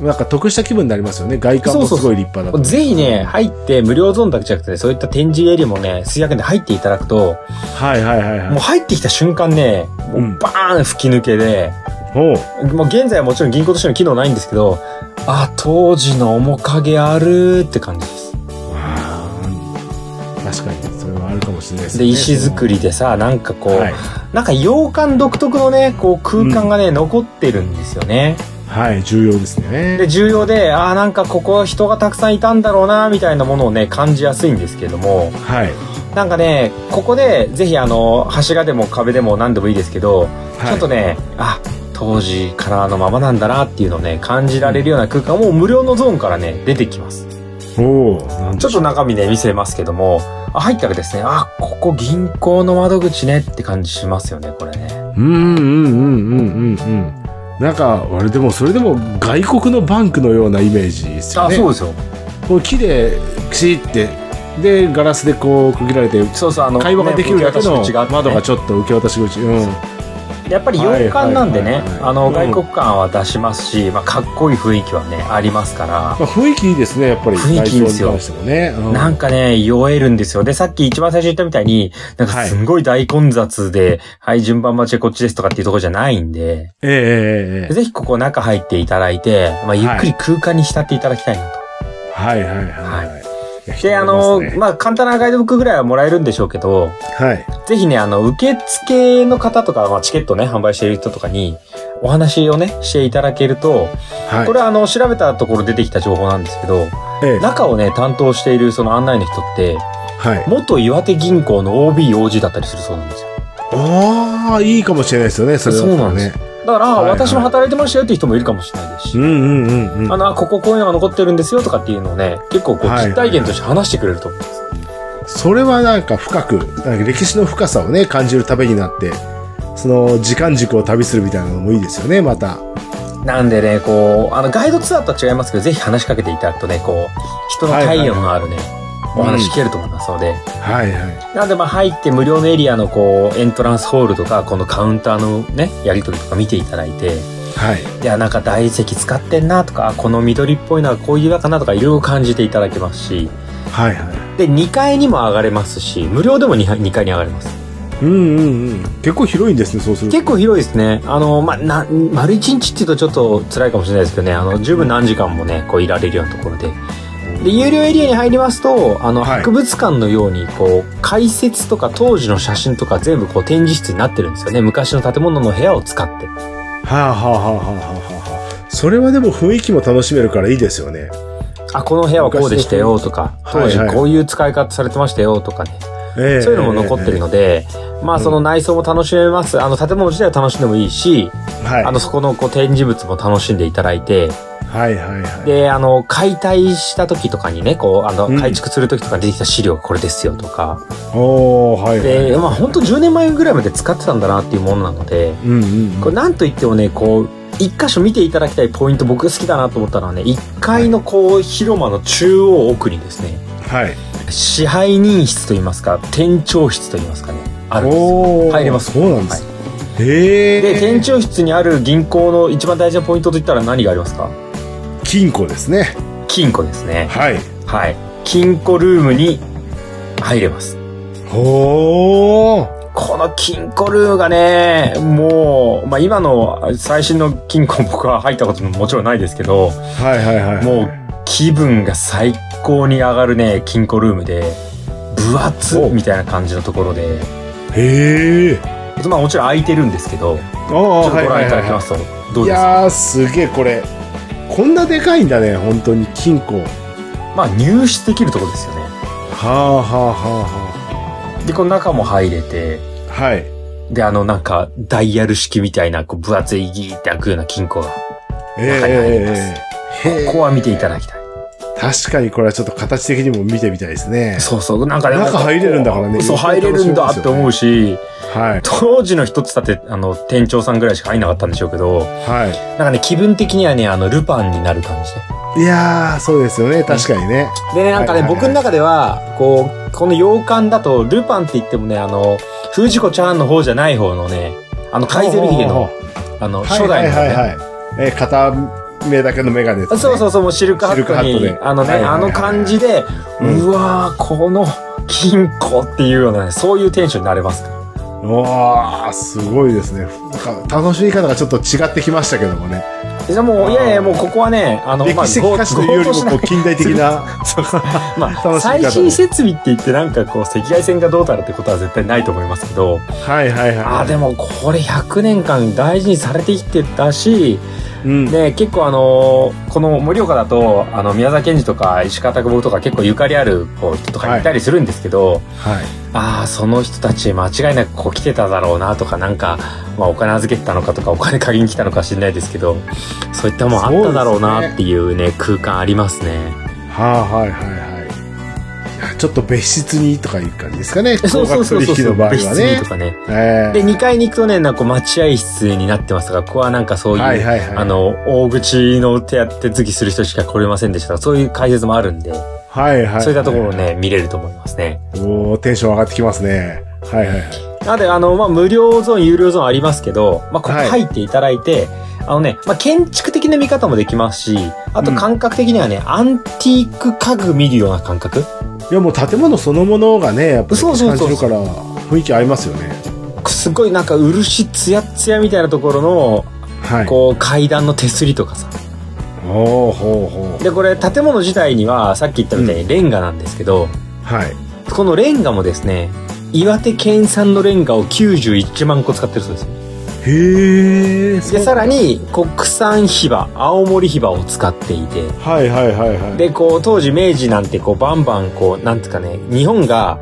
[SPEAKER 3] なんか得した気分になりますよね。外観もすごい立派だと。
[SPEAKER 2] ぜひね、入って無料ゾーンだけじゃなくて、そういった展示エリアもね、数百円で入っていただくと、
[SPEAKER 3] はいはいはいはい。
[SPEAKER 2] もう入ってきた瞬間ね、も
[SPEAKER 3] うん
[SPEAKER 2] うバーン吹き抜けで、
[SPEAKER 3] おう
[SPEAKER 2] もう現在はもちろん銀行としての機能ないんですけど、あ、当時の面影あるって感じです。
[SPEAKER 3] 確かに、それはあるかもしれないですね。
[SPEAKER 2] で石造りでさなんかこう、
[SPEAKER 3] はい
[SPEAKER 2] なんか洋館独特のねこう空間がね、残ってるんですよね
[SPEAKER 3] はい、重要です
[SPEAKER 2] で
[SPEAKER 3] ね。
[SPEAKER 2] 重要でああんかここは人がたくさんいたんだろうなみたいなものをね感じやすいんですけれども
[SPEAKER 3] はい。
[SPEAKER 2] なんかねここでぜひあの柱でも壁でも何でもいいですけど、
[SPEAKER 3] はい
[SPEAKER 2] ちょっとねあ当時からのままなんだなっていうのをね感じられるような空間もう無料のゾーンからね出てきます
[SPEAKER 3] おお、なん
[SPEAKER 2] ちょっと中身ね、見せますけども、あ入ったらですね、あ、ここ銀行の窓口ねって感じしますよね、これね。
[SPEAKER 3] うんうんうんうんうんうん。なんか、あれでも、それでも外国のバンクのようなイメージですよ
[SPEAKER 2] あ、
[SPEAKER 3] ね。
[SPEAKER 2] そうですよ。
[SPEAKER 3] こう木で、クシって、で、ガラスでこう区切られて、
[SPEAKER 2] そうそう、あの、
[SPEAKER 3] 会話ができるだけの
[SPEAKER 2] ね受付口があってね
[SPEAKER 3] 窓がちょっと受け渡し口。うん。
[SPEAKER 2] やっぱり洋館なんで
[SPEAKER 3] はい
[SPEAKER 2] ね
[SPEAKER 3] はいはい、はい
[SPEAKER 2] あの、
[SPEAKER 3] うん
[SPEAKER 2] 外国感は出しますし、まあ、かっこいい雰囲気はね、ありますから、
[SPEAKER 3] まあ、雰囲気いいですね、やっぱり。
[SPEAKER 2] 雰囲気いいです
[SPEAKER 3] 内装に
[SPEAKER 2] よ
[SPEAKER 3] 関してもね。う
[SPEAKER 2] なんかね、酔えるんですよ。で、さっき一番最初言ったみたいに、なんかすんごい大混雑で、はい、順番待ちでこっちですとかっていうところじゃないんで、
[SPEAKER 3] ええええええ
[SPEAKER 2] ぜひここ中入っていただいて、まあ、ゆっくり空間に浸っていただきたいなと。
[SPEAKER 3] はいはいはい。
[SPEAKER 2] は
[SPEAKER 3] や
[SPEAKER 2] いで、あの、
[SPEAKER 3] 人いますね
[SPEAKER 2] まあ、簡単なガイドブックぐらいはもらえるんでしょうけど、
[SPEAKER 3] はい。
[SPEAKER 2] ぜひね、あの、受付の方とか、まあ、チケットね、販売している人とかに、お話をね、していただけると、
[SPEAKER 3] はい。
[SPEAKER 2] これはあの、調べたところ出てきた情報なんですけど、
[SPEAKER 3] ええ
[SPEAKER 2] 中をね、担当しているその案内の人って、
[SPEAKER 3] はい。
[SPEAKER 2] 元岩手銀行の OB、OG だったりするそうなんですよ。
[SPEAKER 3] ああ、いいかもしれないですよね、それだったら
[SPEAKER 2] そうなんで
[SPEAKER 3] ね
[SPEAKER 2] す。だから、あ
[SPEAKER 3] はいはい
[SPEAKER 2] 私も働いてましたよっていう人もいるかもしれないです
[SPEAKER 3] う
[SPEAKER 2] し、
[SPEAKER 3] んうんうんうん。
[SPEAKER 2] あの、あこここういうのが残ってるんですよとかっていうのをね、結構こう、
[SPEAKER 3] はい
[SPEAKER 2] 実体験として話してくれると思うんです。
[SPEAKER 3] それはなんか深く、なんか歴史の深さをね、感じる旅になって、その時間軸を旅するみたいなのもいいですよね、また。
[SPEAKER 2] なんでね、こう、あの、ガイドツアーとは違いますけど、ぜひ話しかけていただくとね、こう、人の体温のあるね、
[SPEAKER 3] い
[SPEAKER 2] お話聞けると思いますので、
[SPEAKER 3] はいはい。
[SPEAKER 2] なんで、まあ、入って無料のエリアの、こう、エントランスホールとか、このカウンターのね、やり取りとか見ていただいて、
[SPEAKER 3] はい。
[SPEAKER 2] いや、なんか大理石使ってんなとか、あこの緑っぽいのはこういう岩かなとか、いろいろ感じていただけますし、
[SPEAKER 3] はいは
[SPEAKER 2] で、2階にも上がれますし、無料でも 2, 階に上がれます。
[SPEAKER 3] い。うんうんうん。結構広いんですね、そうすると。
[SPEAKER 2] 結構広いですね。あの、まあ、な、丸1日っていうとちょっと辛いかもしれないですけどね、あの、十分何時間もね、こういられるようなところで、で有料エリアに入りますとあの
[SPEAKER 3] はい
[SPEAKER 2] 博物館のようにこう解説とか当時の写真とか全部こう展示室になってるんですよね昔の建物の部屋を使って
[SPEAKER 3] はあはあはあはあはあはあ。それはでも雰囲気も楽しめるからいいですよね。
[SPEAKER 2] あこの部屋はこうでしたよとか
[SPEAKER 3] 昔のはいは
[SPEAKER 2] 当時
[SPEAKER 3] い
[SPEAKER 2] こういう使い方されてましたよとかね、
[SPEAKER 3] ええ
[SPEAKER 2] そういうのも残ってる。ので、まあその内装も楽しめますあの建物自体を楽しんでもいいし、
[SPEAKER 3] はい。
[SPEAKER 2] あのそこのこう展示物も楽しんでいただいて
[SPEAKER 3] はいはいはい。
[SPEAKER 2] であの解体した時とかにねこうあの
[SPEAKER 3] うん
[SPEAKER 2] 改築する時とかに出てきた資料がこれですよとか、
[SPEAKER 3] おー、はいはい。
[SPEAKER 2] で、まあ本当10年前ぐらいまで使ってたんだなっていうものなので、
[SPEAKER 3] うんうんうん。
[SPEAKER 2] これなんといってもね、こう、一箇所見ていただきたいポイント僕が好きだなと思ったのはね、一階のこう、広間の中央奥にですね、
[SPEAKER 3] はい。
[SPEAKER 2] 支配人室といいますか、店長室といいますかね、あるんですよ。
[SPEAKER 3] おー
[SPEAKER 2] 入れます
[SPEAKER 3] そうなんです。
[SPEAKER 2] は
[SPEAKER 3] へえ。
[SPEAKER 2] で、店長室にある銀行の一番大事なポイントといったら何がありますか
[SPEAKER 3] 金庫ですね。
[SPEAKER 2] 金庫ですね。
[SPEAKER 3] はい。
[SPEAKER 2] はい。金庫ルームに入れます。
[SPEAKER 3] ほー。
[SPEAKER 2] この金庫ルームがね、もう、まあ、今の最新の金庫僕は入ったことももちろんないですけど、
[SPEAKER 3] はいはいはい。
[SPEAKER 2] もう気分が最高に上がるね、金庫ルームで、分厚
[SPEAKER 3] お
[SPEAKER 2] みたいな感じのところで、
[SPEAKER 3] へえ。
[SPEAKER 2] まあもちろん空いてるんですけど、ち
[SPEAKER 3] ああ、
[SPEAKER 2] ょっと
[SPEAKER 3] は
[SPEAKER 2] ご覧いただきま
[SPEAKER 3] は
[SPEAKER 2] すと、ど
[SPEAKER 3] い。い
[SPEAKER 2] うですか
[SPEAKER 3] やー、すげえこれ。こんなでかいんだね、本当に金庫。は
[SPEAKER 2] まあ入室できるところですよね。
[SPEAKER 3] あはあは
[SPEAKER 2] で、この中も入れて、
[SPEAKER 3] あはあ。はい。
[SPEAKER 2] で、あのなんかダイヤル式みたいな、こう分厚いギーって開くような金庫が、
[SPEAKER 3] え
[SPEAKER 2] 中に入ります
[SPEAKER 3] えへえ
[SPEAKER 2] ここは見ていただきたい。
[SPEAKER 3] 確かにこれはちょっと形的にも見てみたいですね。
[SPEAKER 2] そうそう、なんかね、
[SPEAKER 3] 中入れるんだからね
[SPEAKER 2] そう、入れるんだって思うし、
[SPEAKER 3] はい。
[SPEAKER 2] 当時の人ってだって、あの、店長さんぐらいしか入んなかったんでしょうけど、
[SPEAKER 3] は
[SPEAKER 2] なんかね、気分的にはね、あの、ルパンになる感じで。
[SPEAKER 3] い。いやー、そうですよね。確かにね。
[SPEAKER 2] でね、なんか
[SPEAKER 3] はい
[SPEAKER 2] ね、
[SPEAKER 3] はいはい
[SPEAKER 2] 僕の中では、こう、この洋館だと、ルパンって言ってもね、あの、藤子ちゃんの方じゃない方のね、あの、カイゼルヒゲの、あの、
[SPEAKER 3] はい
[SPEAKER 2] 初
[SPEAKER 3] はい
[SPEAKER 2] 代の
[SPEAKER 3] はいは
[SPEAKER 2] ね。
[SPEAKER 3] い。えー、片目だけのメガネですね。
[SPEAKER 2] そうそうそう、もうシルクハット
[SPEAKER 3] シル
[SPEAKER 2] に
[SPEAKER 3] クハット、で
[SPEAKER 2] あのね、
[SPEAKER 3] はいはい
[SPEAKER 2] あ
[SPEAKER 3] はい
[SPEAKER 2] の感じで、
[SPEAKER 3] うん
[SPEAKER 2] うわー、この金庫っていうようなね、そういうテンションになれますから。
[SPEAKER 3] うわー、すごいですね。なんか楽しみ方がちょっと違ってきましたけどもね。
[SPEAKER 2] いやもう、いやいや、もうここはね、あの、
[SPEAKER 3] 歴史的歌詞というよりもこう近代的な。
[SPEAKER 2] ま
[SPEAKER 3] 楽し
[SPEAKER 2] あ、
[SPEAKER 3] み方
[SPEAKER 2] 最新設備って言ってなんかこう赤外線がどうたらってことは絶対ないと思いますけど、
[SPEAKER 3] はいはいはい。
[SPEAKER 2] ああ、でもこれ100年間大事にされてきてたし、
[SPEAKER 3] うん。
[SPEAKER 2] で、結構あのーこの盛岡だと、あの、宮沢賢治とか石川拓郎とか結構ゆかりあるこう人とかいたりするんですけど、
[SPEAKER 3] はい。
[SPEAKER 2] ああ、その人たち間違いなくこう来てただろうなとか、なんか、まあお金預けてたのかとか、お金借りに来たのか知んないですけど、そういったもんあっただろうなっていうね、空間ありますね。
[SPEAKER 3] はあ、はいはいはいいや。ちょっと別室にとかいう感じですかね。
[SPEAKER 2] そうそうそうそう
[SPEAKER 3] 高額取引の場合
[SPEAKER 2] 別室
[SPEAKER 3] は
[SPEAKER 2] に
[SPEAKER 3] ね
[SPEAKER 2] と。かね。
[SPEAKER 3] え
[SPEAKER 2] で、2階に行くとね、なんかこう待合室になってますが、ここはなんかそういう、
[SPEAKER 3] はいはいはい。
[SPEAKER 2] あ、の、大口の手当て付きする人しか来れませんでした。そういう解説もあるんで、
[SPEAKER 3] はいはい。
[SPEAKER 2] そういったところを。ね、見れると思いますね。
[SPEAKER 3] おーテンション上がってきますね。はいはいはい。
[SPEAKER 2] なので、あの、まあ、無料ゾーン、有料ゾーンありますけど、まあ、ここ
[SPEAKER 3] はい
[SPEAKER 2] 入っていただいて、あのね、まあ、建築的な見方もできますし、あと
[SPEAKER 3] うん
[SPEAKER 2] 感覚的にはね、アンティーク家具見るような感覚
[SPEAKER 3] いやもう建物そのものがね、やっぱり
[SPEAKER 2] そうそう
[SPEAKER 3] 感
[SPEAKER 2] そ
[SPEAKER 3] じ
[SPEAKER 2] う
[SPEAKER 3] るから、雰囲気合いますよね。
[SPEAKER 2] すごいなんか漆ツヤツヤみたいなところの、
[SPEAKER 3] はい。
[SPEAKER 2] こう階段の手すりとかさ。
[SPEAKER 3] おーほうほう。
[SPEAKER 2] で、これ建物自体にはさっき言ったみたいにレンガなんですけど、
[SPEAKER 3] はい。
[SPEAKER 2] このレンガもですね、岩手県産のレンガを91万個使ってるそうですよ。
[SPEAKER 3] へえ。
[SPEAKER 2] で、さらに国産ヒバ、青森ヒバを使っていて、
[SPEAKER 3] はいはいはいはい。
[SPEAKER 2] でこう当時明治なんてこうバンバンこうなんていうかね日本が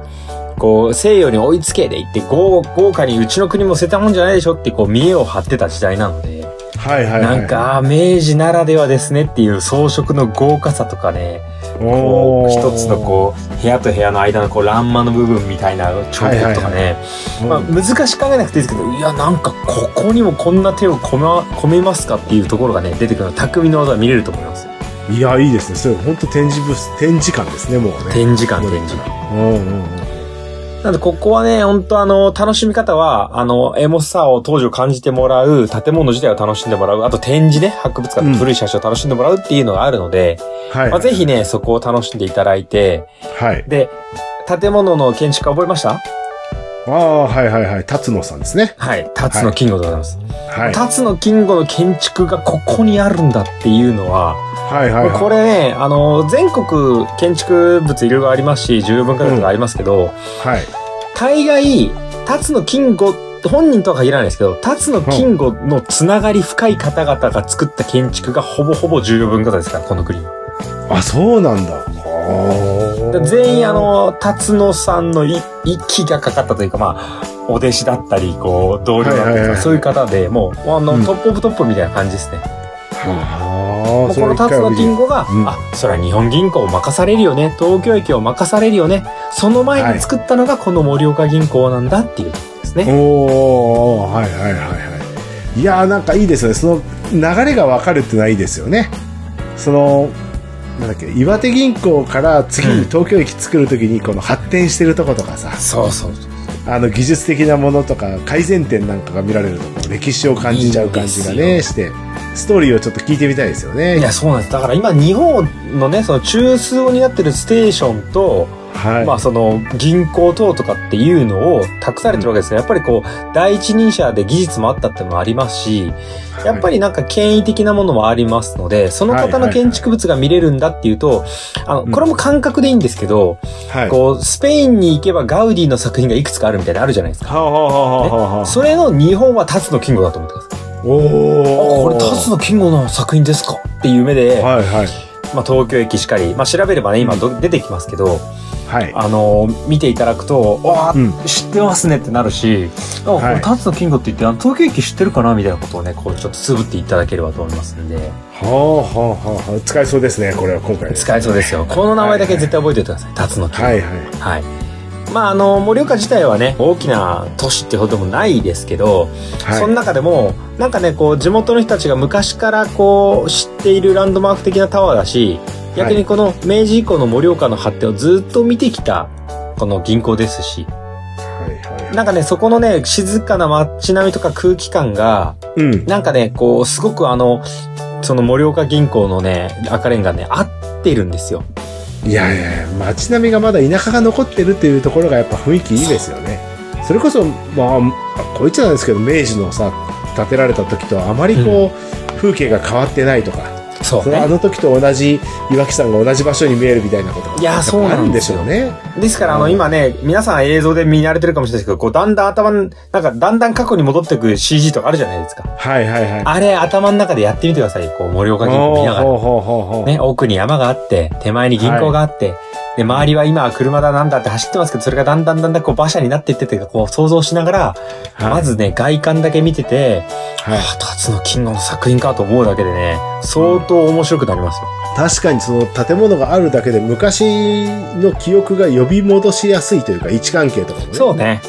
[SPEAKER 2] こう西洋に追いつけで言って豪豪華にうちの国も捨てたもんじゃないでしょってこう見栄を張ってた時代なので、
[SPEAKER 3] はいはいはい。
[SPEAKER 2] なん、かあー明治ならではですねっていう装飾の豪華さとかねこう一つのこう部屋と部屋の間のこう欄間の部分みたいな彫刻とかね、
[SPEAKER 3] うん、
[SPEAKER 2] まあ、難しく考えなくていいですけどいやなんかここにもこんな手を込,、ま、込めますかっていうところがね出てくるの匠の技が見れると思います
[SPEAKER 3] いや、いいですね。それ、本当展示物、展示館ですね、もうね。
[SPEAKER 2] 展示館展示館
[SPEAKER 3] うんうんうん。
[SPEAKER 2] なんで、ここはね、本当あの、楽しみ方は、あの、エモさを当時を感じてもらう、建物自体を楽しんでもらう、あと展示ね、博物館
[SPEAKER 3] うん
[SPEAKER 2] の古い写真を楽しんでもらうっていうのがあるので、
[SPEAKER 3] はい。
[SPEAKER 2] まあ、ぜひね、そこを楽しんでいただいて、
[SPEAKER 3] はい。
[SPEAKER 2] で、建物の建築家覚えました
[SPEAKER 3] ああ、はいはいはい。辰野さんですね。
[SPEAKER 2] はい、辰野金吾でございます。
[SPEAKER 3] はい。
[SPEAKER 2] 辰野金吾の建築がここにあるんだっていうのは、
[SPEAKER 3] はいはいはい。
[SPEAKER 2] これね、あの、全国建築物いろいろありますし、重要文化財とかありますけど、
[SPEAKER 3] はい。
[SPEAKER 2] 大概、辰野金吾、本人とは限らないですけど、辰野金吾のつながり深い方々が作った建築がほぼほぼ重要文化財ですから、この国。だか
[SPEAKER 3] あ、そうなんだ。
[SPEAKER 2] ら全員あ、の、辰野さんのい息がかかったというか、まあ、お弟子だったり、こう、同僚だったり
[SPEAKER 3] はいは
[SPEAKER 2] と
[SPEAKER 3] い
[SPEAKER 2] か、
[SPEAKER 3] はい
[SPEAKER 2] そういう方で、もう、あの、
[SPEAKER 3] うん
[SPEAKER 2] トップオブトップみたいな感じですね。
[SPEAKER 3] あ
[SPEAKER 2] も
[SPEAKER 3] あ、
[SPEAKER 2] うこの
[SPEAKER 3] 一回
[SPEAKER 2] 辰野金吾が、
[SPEAKER 3] うん
[SPEAKER 2] あ、それは日本銀行を任されるよね、東京駅を任されるよね、その前に作ったのがこの盛岡銀行なんだっていうところですね。
[SPEAKER 3] おおはいはいはいはい。いやー、なんかいいですね。その流れがわかるってのはいいですよね。その、なんだっけ、岩手銀行から次に東京駅作るときに、この発展してるとことかさ、
[SPEAKER 2] そうそう。
[SPEAKER 3] あの技術的なものとか改善点なんかが見られるとこう歴史を感じちゃう感じが
[SPEAKER 2] いい
[SPEAKER 3] ね
[SPEAKER 2] で
[SPEAKER 3] してストーリーをちょっと聞いてみたいですよね
[SPEAKER 2] いや、そうなんです。だから今、日本のね、その中枢を担ってるステーションと、
[SPEAKER 3] はい、
[SPEAKER 2] まあ、その銀行等とかっていうのを託されてるわけですが、やっぱりこう、第一人者で技術もあったってのもありますし、やっぱりなんか権威的なものもありますので、その
[SPEAKER 3] はい
[SPEAKER 2] 方
[SPEAKER 3] はいは
[SPEAKER 2] の
[SPEAKER 3] い
[SPEAKER 2] 建築物が見れるんだっていうと、あの、
[SPEAKER 3] うん
[SPEAKER 2] これも感覚でいいんですけど、
[SPEAKER 3] はい
[SPEAKER 2] こう、スペインに行けばガウディの作品がいくつかあるみたいなのあるじゃないですか。
[SPEAKER 3] はあはあはあはあはあ
[SPEAKER 2] それの日本は立野金吾だと思ってください。あ、
[SPEAKER 3] お
[SPEAKER 2] こ
[SPEAKER 3] お
[SPEAKER 2] れ立野金吾の作品ですかっていう目で、
[SPEAKER 3] はいはい
[SPEAKER 2] まあ、東京駅しかり、まあ、調べればね、今ど、出てきますけど、
[SPEAKER 3] はい
[SPEAKER 2] あのー見ていただくと、わあ、
[SPEAKER 3] うん
[SPEAKER 2] 知ってますねってなるし、あ、
[SPEAKER 3] はい
[SPEAKER 2] これ、タツの金吾って言って、あの東京駅知ってるかなみたいなことをね、こう、ちょっとつぶっていただければと思いますんで、
[SPEAKER 3] はあはあはあはあ使えそうですねこれは今回
[SPEAKER 2] 使えそうですよ。この名前だけ絶対覚えておいてください。タツの金吾。
[SPEAKER 3] は
[SPEAKER 2] はい。
[SPEAKER 3] いはい
[SPEAKER 2] まあ、あのー、盛岡自体はね、大きな都市ってほどもないですけど、
[SPEAKER 3] はい
[SPEAKER 2] その中でも、なんかね、こう、地元の人たちが昔からこう、知っているランドマーク的なタワーだし、逆にこの明治以降の盛岡の発展をずっと見てきた、この銀行ですし、
[SPEAKER 3] はいはい
[SPEAKER 2] なんかね、そこのね、静かな街並みとか空気感が、
[SPEAKER 3] うん
[SPEAKER 2] なんかね、こう、すごくあの、その盛岡銀行のね、赤レンガね、合ってるんですよ。
[SPEAKER 3] いやいやいや街並みがまだ田舎が残ってるっていうところがやっぱ雰囲気いいですよねそれこそまあこう言っちゃなんですけど明治のさ建てられた時とあまりこう、風景が変わってないとか、
[SPEAKER 2] そう
[SPEAKER 3] そのあ
[SPEAKER 2] ね。
[SPEAKER 3] の時と同じ岩木山が同じ場所に見えるみたいなことが
[SPEAKER 2] いやそう
[SPEAKER 3] あ
[SPEAKER 2] な
[SPEAKER 3] る
[SPEAKER 2] ん
[SPEAKER 3] ん
[SPEAKER 2] で
[SPEAKER 3] ですし
[SPEAKER 2] よ
[SPEAKER 3] ょうね。
[SPEAKER 2] ですから、あの、今ね、皆さん映像で見慣れてるかもしれないですけど、こう、だんだん頭の、なんか、だんだん過去に戻ってく CG とかあるじゃないですか。
[SPEAKER 3] はいはいはい。
[SPEAKER 2] あれ、頭の中でやってみてください。こう、森岡銀行
[SPEAKER 3] ほ
[SPEAKER 2] 見
[SPEAKER 3] う
[SPEAKER 2] ながら。
[SPEAKER 3] ほうほうほうほう。
[SPEAKER 2] ね、奥に山があって、手前に銀行があって、で、周りは今は車だなんだって走ってますけど、それがだんだんだんだんこう馬車になっていってって、こう想像しながら、
[SPEAKER 3] はい
[SPEAKER 2] まずね、外観だけ見てて、
[SPEAKER 3] はい
[SPEAKER 2] ああ、タツの金河の作品かと思うだけでね、相当面白くなりますよ。
[SPEAKER 3] 確かにその建物があるだけで昔の記憶が呼び戻しやすいというか位置関係とかもね。
[SPEAKER 2] そうね。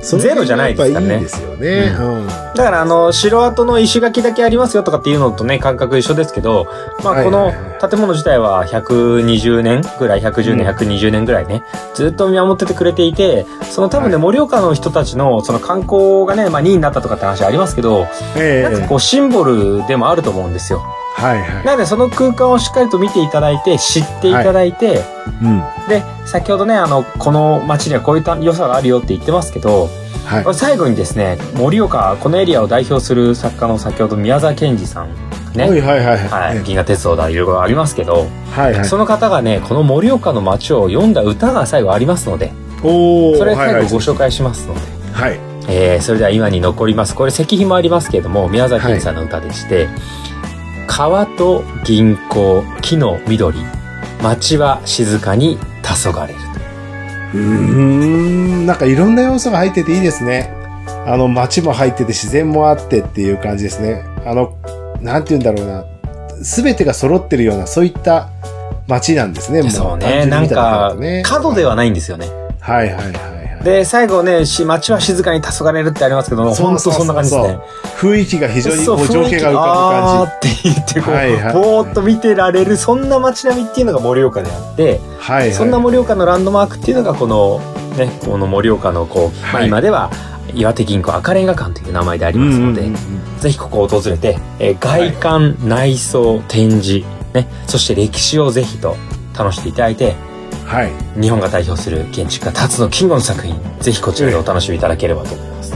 [SPEAKER 3] その辺
[SPEAKER 2] ゼロじゃないですからね
[SPEAKER 3] やっぱいいですよね。うん
[SPEAKER 2] だからあの、城跡の石垣だけありますよとかっていうのとね、感覚一緒ですけど、まあ
[SPEAKER 3] はい
[SPEAKER 2] こ
[SPEAKER 3] はいは
[SPEAKER 2] の
[SPEAKER 3] い
[SPEAKER 2] 建物自体は120年ぐらい、110年、
[SPEAKER 3] うん
[SPEAKER 2] 120年ぐらいね、ずっと見守っててくれていて、その多分ね、
[SPEAKER 3] は
[SPEAKER 2] 盛岡の人たちのその観光がね、まあ2位になったとかって話ありますけど、
[SPEAKER 3] ええ
[SPEAKER 2] なんかこうシンボルでもあると思うんですよ。
[SPEAKER 3] はいはい。
[SPEAKER 2] なのでその空間をしっかりと見ていただいて、知っていただいて、
[SPEAKER 3] うん。
[SPEAKER 2] で、先ほどね、あの、この街にはこういった良さがあるよって言ってますけど、
[SPEAKER 3] はい。
[SPEAKER 2] 最後にですね盛岡このエリアを代表する作家の先ほど宮沢賢治さんね、
[SPEAKER 3] は
[SPEAKER 2] はいい
[SPEAKER 3] はいはいはい。
[SPEAKER 2] 銀河鉄道だいろいろありますけど、
[SPEAKER 3] はいはい。
[SPEAKER 2] その方がねこの盛岡の街を読んだ歌が最後ありますので
[SPEAKER 3] おー
[SPEAKER 2] それ最後ご
[SPEAKER 3] は
[SPEAKER 2] 紹介しますので、
[SPEAKER 3] いはい。
[SPEAKER 2] えーそれでは今に残りますこれ石碑もありますけれども宮沢賢治さんの歌でして「川と銀行木の緑街は静かに黄昏る」
[SPEAKER 3] うーん、なんかいろんな要素が入ってていいですね。あの、街も入ってて自然もあってっていう感じですね。あの、なんて言うんだろうな。すべてが揃ってるような、そういった街なんですね、もう。
[SPEAKER 2] そう
[SPEAKER 3] 単
[SPEAKER 2] ね
[SPEAKER 3] 純に
[SPEAKER 2] な
[SPEAKER 3] 見
[SPEAKER 2] ん
[SPEAKER 3] ただ
[SPEAKER 2] か
[SPEAKER 3] けだとね
[SPEAKER 2] 角ではないんですよね
[SPEAKER 3] はいはいはいはい。
[SPEAKER 2] で、最後ね、し街は静かに黄昏るってありますけど、ほん
[SPEAKER 3] そう
[SPEAKER 2] と
[SPEAKER 3] そうそう
[SPEAKER 2] そんな感じですね。
[SPEAKER 3] 雰囲気が非常にこ
[SPEAKER 2] そうう
[SPEAKER 3] 情景が浮かぶ感
[SPEAKER 2] 雰囲気があーって言って、こう、
[SPEAKER 3] はいはい
[SPEAKER 2] ぼーっと見てられる、そんな街並みっていうのが盛岡であって、
[SPEAKER 3] じ。はいはい。
[SPEAKER 2] そんな盛岡のランドマークっていうのが、この、ね、この盛岡の、こう、ま
[SPEAKER 3] は
[SPEAKER 2] あ
[SPEAKER 3] い
[SPEAKER 2] 今では、岩手銀行赤レンガ館という名前であり
[SPEAKER 3] うんう
[SPEAKER 2] ます
[SPEAKER 3] んう
[SPEAKER 2] の
[SPEAKER 3] ん
[SPEAKER 2] で、ぜひここを訪れて、えー外観、内装、展示、ね、そして歴史をぜひと楽しんでいただいて、
[SPEAKER 3] はい。
[SPEAKER 2] 日本が代表する建築家、辰野金吾の作品、ぜひこちらでお楽しみいただければと思います。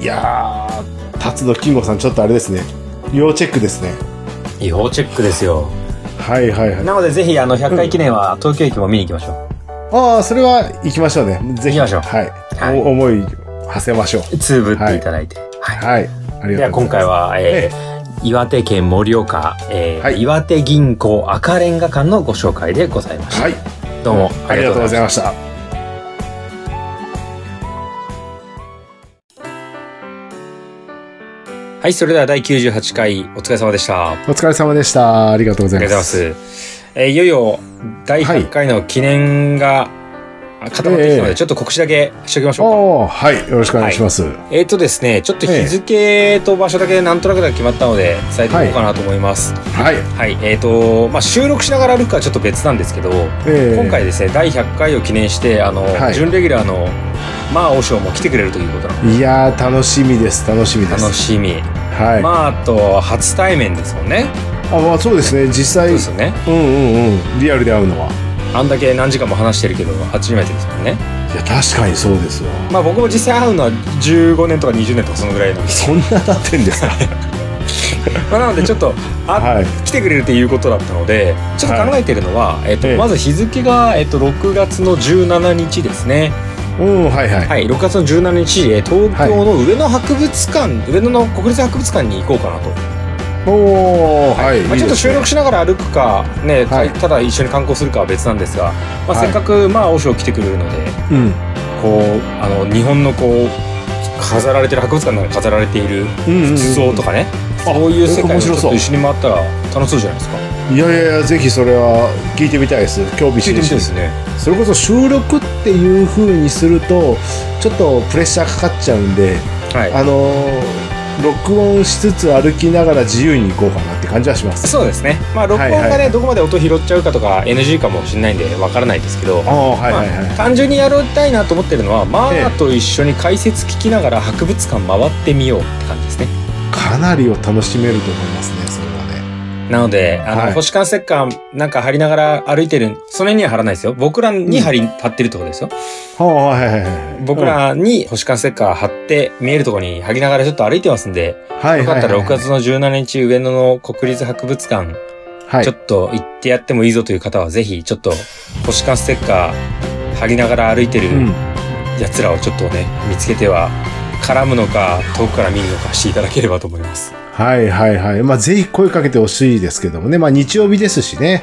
[SPEAKER 3] いやー、辰野金吾さん、ちょっとあれですね。要チェックですね。
[SPEAKER 2] 要チェックですよ。
[SPEAKER 3] はいはいはい。
[SPEAKER 2] なのでぜひあの100回記念は東京駅も見に行きましょ
[SPEAKER 3] ああ、それは行きましょうね。ぜひ。
[SPEAKER 2] 行きましょう
[SPEAKER 3] はい。
[SPEAKER 2] はい
[SPEAKER 3] お思い、馳せましょう。
[SPEAKER 2] う。つぶっていただいて。はい。
[SPEAKER 3] はい。あり
[SPEAKER 2] で
[SPEAKER 3] が
[SPEAKER 2] は
[SPEAKER 3] とうござい
[SPEAKER 2] 今回
[SPEAKER 3] ます。
[SPEAKER 2] は、えー岩手県盛岡、えー
[SPEAKER 3] はい
[SPEAKER 2] 岩手銀行赤レンガ館のご紹介でございました。
[SPEAKER 3] はい。
[SPEAKER 2] どうもあ
[SPEAKER 3] あ
[SPEAKER 2] り
[SPEAKER 3] りがとう
[SPEAKER 2] がとうご
[SPEAKER 3] ご
[SPEAKER 2] ざ
[SPEAKER 3] ざい
[SPEAKER 2] いま
[SPEAKER 3] ま
[SPEAKER 2] し
[SPEAKER 3] した。
[SPEAKER 2] た。はい、それでは第98回お疲れ様でした。あ
[SPEAKER 3] お疲れ様でした。ありがとうござい
[SPEAKER 2] り
[SPEAKER 3] ま
[SPEAKER 2] がとうご
[SPEAKER 3] す。
[SPEAKER 2] ざいます。えーいよいよ第100回の記念が固まってきたの
[SPEAKER 3] え
[SPEAKER 2] で、
[SPEAKER 3] え
[SPEAKER 2] ちょっと告知だけしておきましょうか。
[SPEAKER 3] おーはい。よろしくお願いします。は
[SPEAKER 2] えーとですね、ちょっと日付と場所だけなんとなくだけ決まったので、伝えていこうかなと思います。
[SPEAKER 3] い。
[SPEAKER 2] はい、えーと、まあ、収録しながら歩くかはちょっと別なんですけど、
[SPEAKER 3] えー
[SPEAKER 2] 今回ですね、第100回を記念して、あの、
[SPEAKER 3] はい
[SPEAKER 2] 準レギュラーの、まあ、お尚も来てくれるということなので、
[SPEAKER 3] いやー、楽しみです。楽しみで
[SPEAKER 2] 楽
[SPEAKER 3] す。
[SPEAKER 2] しみ。
[SPEAKER 3] はい。
[SPEAKER 2] まあ、あと、初対面ですもんね。
[SPEAKER 3] あ、まあそうですね。実
[SPEAKER 2] そう
[SPEAKER 3] 際
[SPEAKER 2] で、すよね。
[SPEAKER 3] うんうんうん。リアルで会うのは。
[SPEAKER 2] あんだけ何時間も話してるけど、初めてですもんね。
[SPEAKER 3] いや、確かにそうですよ。
[SPEAKER 2] まあ、僕も実際会うのは15年とか20年とかそのぐら いなんです。
[SPEAKER 3] そんな経ってんですか
[SPEAKER 2] まあ、なので、ちょっと、あ
[SPEAKER 3] はい。
[SPEAKER 2] 来てくれるっていうことだったのでちょっと考えてるのは、えっと
[SPEAKER 3] ええ
[SPEAKER 2] まず日付が、えっと6月の17日ですね、
[SPEAKER 3] うん、はいはい。
[SPEAKER 2] はい、6月の17日、えー東京の上野博物館、上野の国立博物館に行こうかなと、
[SPEAKER 3] おー、はい。
[SPEAKER 2] まあ、ちょっと収録
[SPEAKER 3] し
[SPEAKER 2] しながら歩くか、ねた
[SPEAKER 3] はい
[SPEAKER 2] ただ一緒に観光するかは別なんですが、まあ、
[SPEAKER 3] はい
[SPEAKER 2] せっかく、まあ、欧州来てくれるので
[SPEAKER 3] うん。
[SPEAKER 2] こうあの日本のこう飾られてる博物館の中に飾られている
[SPEAKER 3] うんうんうん
[SPEAKER 2] 仏像とかね、
[SPEAKER 3] あ
[SPEAKER 2] そういう世界を
[SPEAKER 3] 面
[SPEAKER 2] ちょ
[SPEAKER 3] 白
[SPEAKER 2] っ
[SPEAKER 3] そ
[SPEAKER 2] と
[SPEAKER 3] う
[SPEAKER 2] 一緒に回ったら楽しそうじゃないですか。
[SPEAKER 3] いやいやいや、ぜひそれは聞いてみたいです。興味
[SPEAKER 2] 聞い
[SPEAKER 3] 津
[SPEAKER 2] てみたいで
[SPEAKER 3] 々。
[SPEAKER 2] すね
[SPEAKER 3] それこそ収録っていう風にすると、ちょっとプレッシャーかかっちゃうんで、
[SPEAKER 2] はい
[SPEAKER 3] あのー録音しつつ歩きながら自由に行こうかなって感じはします。
[SPEAKER 2] そうですね。まあ録音がね、
[SPEAKER 3] はいはいはい
[SPEAKER 2] どこまで音拾っちゃうかとか NG かもしれないんでわからないですけど、
[SPEAKER 3] ああ、はいはい
[SPEAKER 2] まあ
[SPEAKER 3] は
[SPEAKER 2] 単純にやりたいなと思ってるのは、マ
[SPEAKER 3] え
[SPEAKER 2] ー
[SPEAKER 3] え
[SPEAKER 2] と一緒に解説聞きながら博物館回ってみようって感じですね。
[SPEAKER 3] い。かなりを楽しめると思いますね、それはね。
[SPEAKER 2] なので、あの、
[SPEAKER 3] はい
[SPEAKER 2] 星間石棺なんか貼りながら歩いてる、その辺には貼らないですよ。僕らに貼り、貼ってるってことですよ。
[SPEAKER 3] はあ、はいはいはい。
[SPEAKER 2] 僕、らに星間石棺貼って、見えるところに貼りながらちょっと歩いてますんで、
[SPEAKER 3] はい
[SPEAKER 2] よかったら6月
[SPEAKER 3] の、
[SPEAKER 2] の17日、上野の国立博物館、
[SPEAKER 3] はい
[SPEAKER 2] ちょっと行ってやってもいいぞという方は、ぜひ、ちょっと、星間ステッカー貼りながら歩いてる
[SPEAKER 3] うん。
[SPEAKER 2] 奴らをちょっとね、見つけては、絡むのか、遠くから見るのかしていただければと思います。
[SPEAKER 3] はいはいはい。まあ、ぜひ声かけてほしいですけどもね。まあ、日曜日ですしね。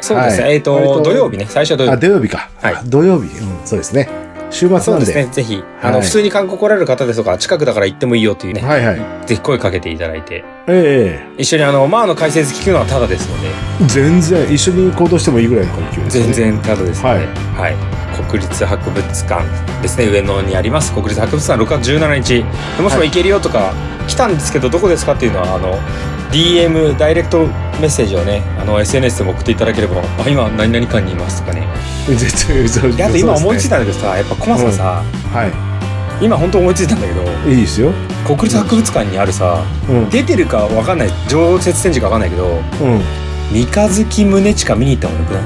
[SPEAKER 2] そうですね。
[SPEAKER 3] はい
[SPEAKER 2] え
[SPEAKER 3] 割
[SPEAKER 2] っ、と、
[SPEAKER 3] と
[SPEAKER 2] 土曜日ね、最初は土曜
[SPEAKER 3] あ、
[SPEAKER 2] 日。
[SPEAKER 3] 土曜日か。
[SPEAKER 2] はい
[SPEAKER 3] あ土曜日。うん、そうですね。週末
[SPEAKER 2] そ
[SPEAKER 3] な
[SPEAKER 2] うんで
[SPEAKER 3] で。
[SPEAKER 2] すね。ぜひ、あ
[SPEAKER 3] は
[SPEAKER 2] の、
[SPEAKER 3] い
[SPEAKER 2] 普通に観光来られる方ですとか、近くだから行ってもいいよというね、
[SPEAKER 3] はいはい。
[SPEAKER 2] ぜひ声かけていただいて、
[SPEAKER 3] え
[SPEAKER 2] 一緒にあの、マーの解説聞くのはタダですので、
[SPEAKER 3] え全然、一緒に行動してもいいぐらいの環境です、ね。
[SPEAKER 2] 全。然タダですので、はい、国立博物館ですね上野にあります国立博物館6月17日もしも
[SPEAKER 3] はい
[SPEAKER 2] 行けるよとか、来たんですけどどこですかっていうのはあの DM ダイレクトメッセージをねあの SNS でも送っていただければあ今何々館にいますとかね
[SPEAKER 3] 絶対、そう
[SPEAKER 2] であと今思いつい
[SPEAKER 3] た。
[SPEAKER 2] たんだけどさやっぱコマさんさ、
[SPEAKER 3] は
[SPEAKER 2] 今本当思いついたんだけど
[SPEAKER 3] い。いいですよ。
[SPEAKER 2] 国立博物館にあるさ
[SPEAKER 3] うん。
[SPEAKER 2] 出てるかわかんない常設展示かわかんないけど
[SPEAKER 3] うん。
[SPEAKER 2] 三日月宗近見に行った方がよくない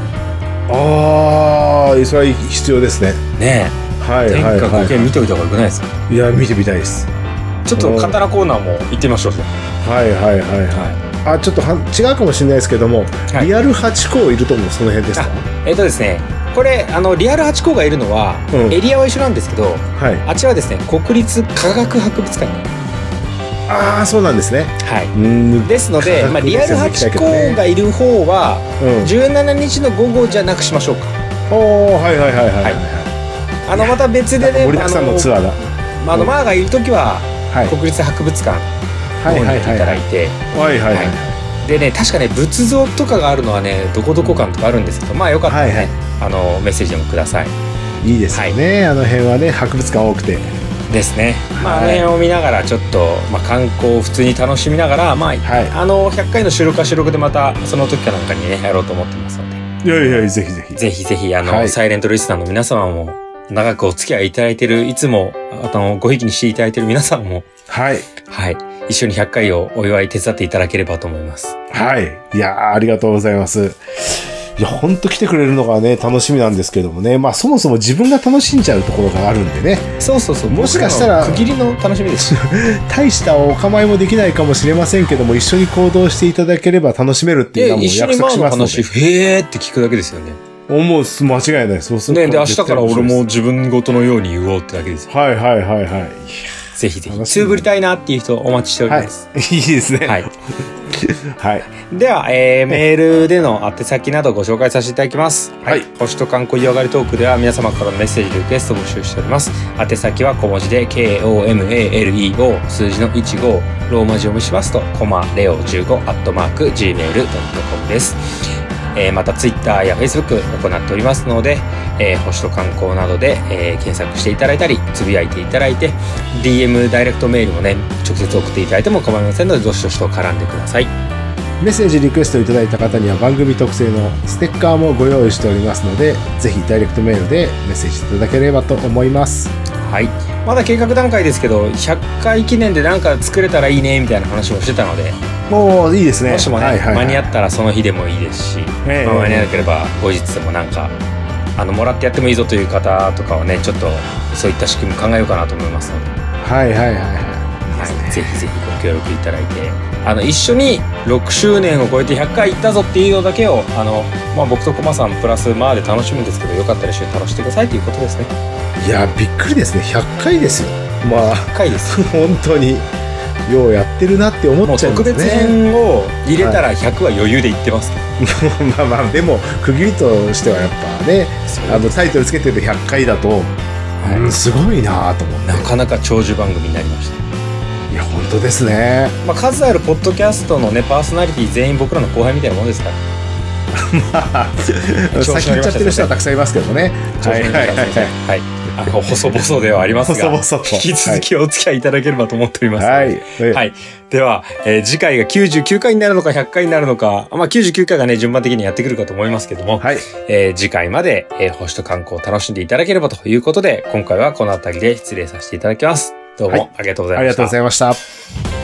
[SPEAKER 3] ああ、それは必要ですね。
[SPEAKER 2] ね
[SPEAKER 3] はい
[SPEAKER 2] え天
[SPEAKER 3] はい
[SPEAKER 2] 下
[SPEAKER 3] は
[SPEAKER 2] 五剣見ておいた方がよくないですか
[SPEAKER 3] い。いや、見てみたいです。
[SPEAKER 2] ちょっと簡単なコーナーも行ってみましょう。
[SPEAKER 3] はいはいはいはい。
[SPEAKER 2] は
[SPEAKER 3] あ、ちょっとは違うかもしれないですけども、
[SPEAKER 2] い
[SPEAKER 3] リアルハチ公いると思う、その辺ですか。
[SPEAKER 2] い。えっ、とですね、これあのリアルハチ公がいるのは、
[SPEAKER 3] うん
[SPEAKER 2] エリアは一緒なんですけど、
[SPEAKER 3] はい。
[SPEAKER 2] あちらはですね、国立科学博物館に。
[SPEAKER 3] ああ、そうなんですね。
[SPEAKER 2] はい。
[SPEAKER 3] うーん。
[SPEAKER 2] ですので、
[SPEAKER 3] 科学
[SPEAKER 2] まあリアルハチ公がいる方は
[SPEAKER 3] うん。
[SPEAKER 2] 17日の午後じゃなくしましょうか。
[SPEAKER 3] おお、はいはいはいはいはい。
[SPEAKER 2] あのまた別でね、
[SPEAKER 3] 盛りだくさんのツアーだ。
[SPEAKER 2] あのまああのマーがいる時は
[SPEAKER 3] はい。
[SPEAKER 2] 国立博物館の
[SPEAKER 3] はい
[SPEAKER 2] 方に
[SPEAKER 3] は
[SPEAKER 2] 行
[SPEAKER 3] い
[SPEAKER 2] って
[SPEAKER 3] はい
[SPEAKER 2] ただ
[SPEAKER 3] い。
[SPEAKER 2] いて、
[SPEAKER 3] はいはいはい。
[SPEAKER 2] でね確かね仏像とかがあるのはねどこどこ館とかあるんですけど、まあよかったらね、
[SPEAKER 3] はいはい
[SPEAKER 2] あのメッセージでもください。
[SPEAKER 3] いいですよね。あの辺はね、博物館多くて。
[SPEAKER 2] ですね、まあ、あの
[SPEAKER 3] はい
[SPEAKER 2] 辺を見ながらちょっと、まあ、観光を普通に楽しみながら、まあ
[SPEAKER 3] はい
[SPEAKER 2] あの100回の収録は収録でまたその時かなんかにねやろうと思ってますので
[SPEAKER 3] いやいや、ぜひぜひ。
[SPEAKER 2] ぜひぜひあの、
[SPEAKER 3] はい
[SPEAKER 2] サイレントリスナーの皆様も長くお付き合いいただいてるいつもあのごひいきにしていただいてる皆さんも、
[SPEAKER 3] はい。
[SPEAKER 2] はい、一緒に100回をお祝い手伝っていただければと思います。
[SPEAKER 3] はい。いやーありがとうございます。いや、ほんと来てくれるのがね、楽しみなんですけどもね。まあ、そもそも自分が楽しんじゃうところがあるんでね。
[SPEAKER 2] そうそうそう
[SPEAKER 3] もしかしたら
[SPEAKER 2] 僕の区切りの楽しみです。
[SPEAKER 3] 大したお構いもできないかもしれませんけども、一緒に行動していただければ楽しめるっていう
[SPEAKER 2] で
[SPEAKER 3] のはもう
[SPEAKER 2] 一緒
[SPEAKER 3] 約
[SPEAKER 2] に
[SPEAKER 3] 束
[SPEAKER 2] マ
[SPEAKER 3] し
[SPEAKER 2] ー
[SPEAKER 3] ま
[SPEAKER 2] の
[SPEAKER 3] すので。
[SPEAKER 2] 話へーって聞くだけですよね。
[SPEAKER 3] 思う、間違いない。そうすると。
[SPEAKER 2] ねで明日から俺も。自分事のように言おうってだけですよ。
[SPEAKER 3] はいはいはいはい。
[SPEAKER 2] ぜひぜひ。
[SPEAKER 3] 楽しみ
[SPEAKER 2] つぶりたいなっていう人お待ちしており
[SPEAKER 3] は
[SPEAKER 2] ま
[SPEAKER 3] い
[SPEAKER 2] す。。
[SPEAKER 3] いいですね。
[SPEAKER 2] は
[SPEAKER 3] はいい。
[SPEAKER 2] では、えーメールでの宛先などご紹介させていただきます。
[SPEAKER 3] はい
[SPEAKER 2] 星と観光湯上がりトークでは皆様からのメッセージリクエストを募集しております。宛先は小文字で KOMALEO 数字の15ローマ字を無視しますとコマレオ15アットマーク Gmail.com です。えーまた Twitter や Facebook 行っておりますので、えー星と観光などで、えー検索していただいたりつぶやいていただいて DM ダイレクトメールもね直接送っていただいても構いませんのでどしどしと絡んでください。
[SPEAKER 3] メッセージリクエストいただいた方には番組特製のステッカーもご用意しておりますので、ぜひダイレクトメールでメッセージいただければと思います。
[SPEAKER 2] はい、まだ計画段階ですけど100回記念で何か作れたらいいねみたいな話もしてたので、
[SPEAKER 3] もういいですね。
[SPEAKER 2] もしもね、
[SPEAKER 3] はいはいはい
[SPEAKER 2] 間に合ったらその日でもいいですし、
[SPEAKER 3] ええ
[SPEAKER 2] まあ間に合わなければ後日でもなんかあのもらってやってもいいぞという方とかはねちょっとそういった仕組み考えようかなと思いますので、
[SPEAKER 3] はいはいはいはい。
[SPEAKER 2] はい、ぜひぜひご協力いただいてあの一緒に6周年を超えて100回行ったぞっていうのだけをあの、まあ、僕とコマさんプラスまあで楽しむんですけどよかったら一緒に楽しんでくださいということですね。
[SPEAKER 3] いや、びっくりですね。100回ですよ。まあ、
[SPEAKER 2] 100回です
[SPEAKER 3] 本当に、ようやってるなって思
[SPEAKER 2] も
[SPEAKER 3] っ
[SPEAKER 2] う
[SPEAKER 3] ちゃいま
[SPEAKER 2] 特
[SPEAKER 3] すね。
[SPEAKER 2] 別編を入れたら100は余裕でいってます、
[SPEAKER 3] まあまあ、でも、区切りとしてはやっぱね、あのタイトルつけてる100回だと、
[SPEAKER 2] はい
[SPEAKER 3] うんすごいなと思って。
[SPEAKER 2] なかなか長寿番組になりました、
[SPEAKER 3] いや、本当ですね。
[SPEAKER 2] まあ、数あるポッドキャストのねパーソナリティ全員僕らの後輩みたいなもんですから 調子
[SPEAKER 3] 先
[SPEAKER 2] 乗り
[SPEAKER 3] 行っちゃ
[SPEAKER 2] ました
[SPEAKER 3] ってる人はたくさんいますけどね。
[SPEAKER 2] 長寿番組だからですねはいあの細々ではありますが
[SPEAKER 3] 細々と
[SPEAKER 2] 引き続きお付き合いいただければと思っております、
[SPEAKER 3] はい。
[SPEAKER 2] は。
[SPEAKER 3] はい
[SPEAKER 2] では、えー次回が99回になるのか100回になるのか、まあ、99回がね、順番的にやってくるかと思いますけども、
[SPEAKER 3] はい。
[SPEAKER 2] えー次回まで、えー星と観光を楽しんでいただければということで、今回はこの辺りで失礼させていただきます。どう
[SPEAKER 3] は
[SPEAKER 2] も
[SPEAKER 3] い
[SPEAKER 2] ありがとうござ
[SPEAKER 3] あ
[SPEAKER 2] い
[SPEAKER 3] りが
[SPEAKER 2] ました。
[SPEAKER 3] とうございました。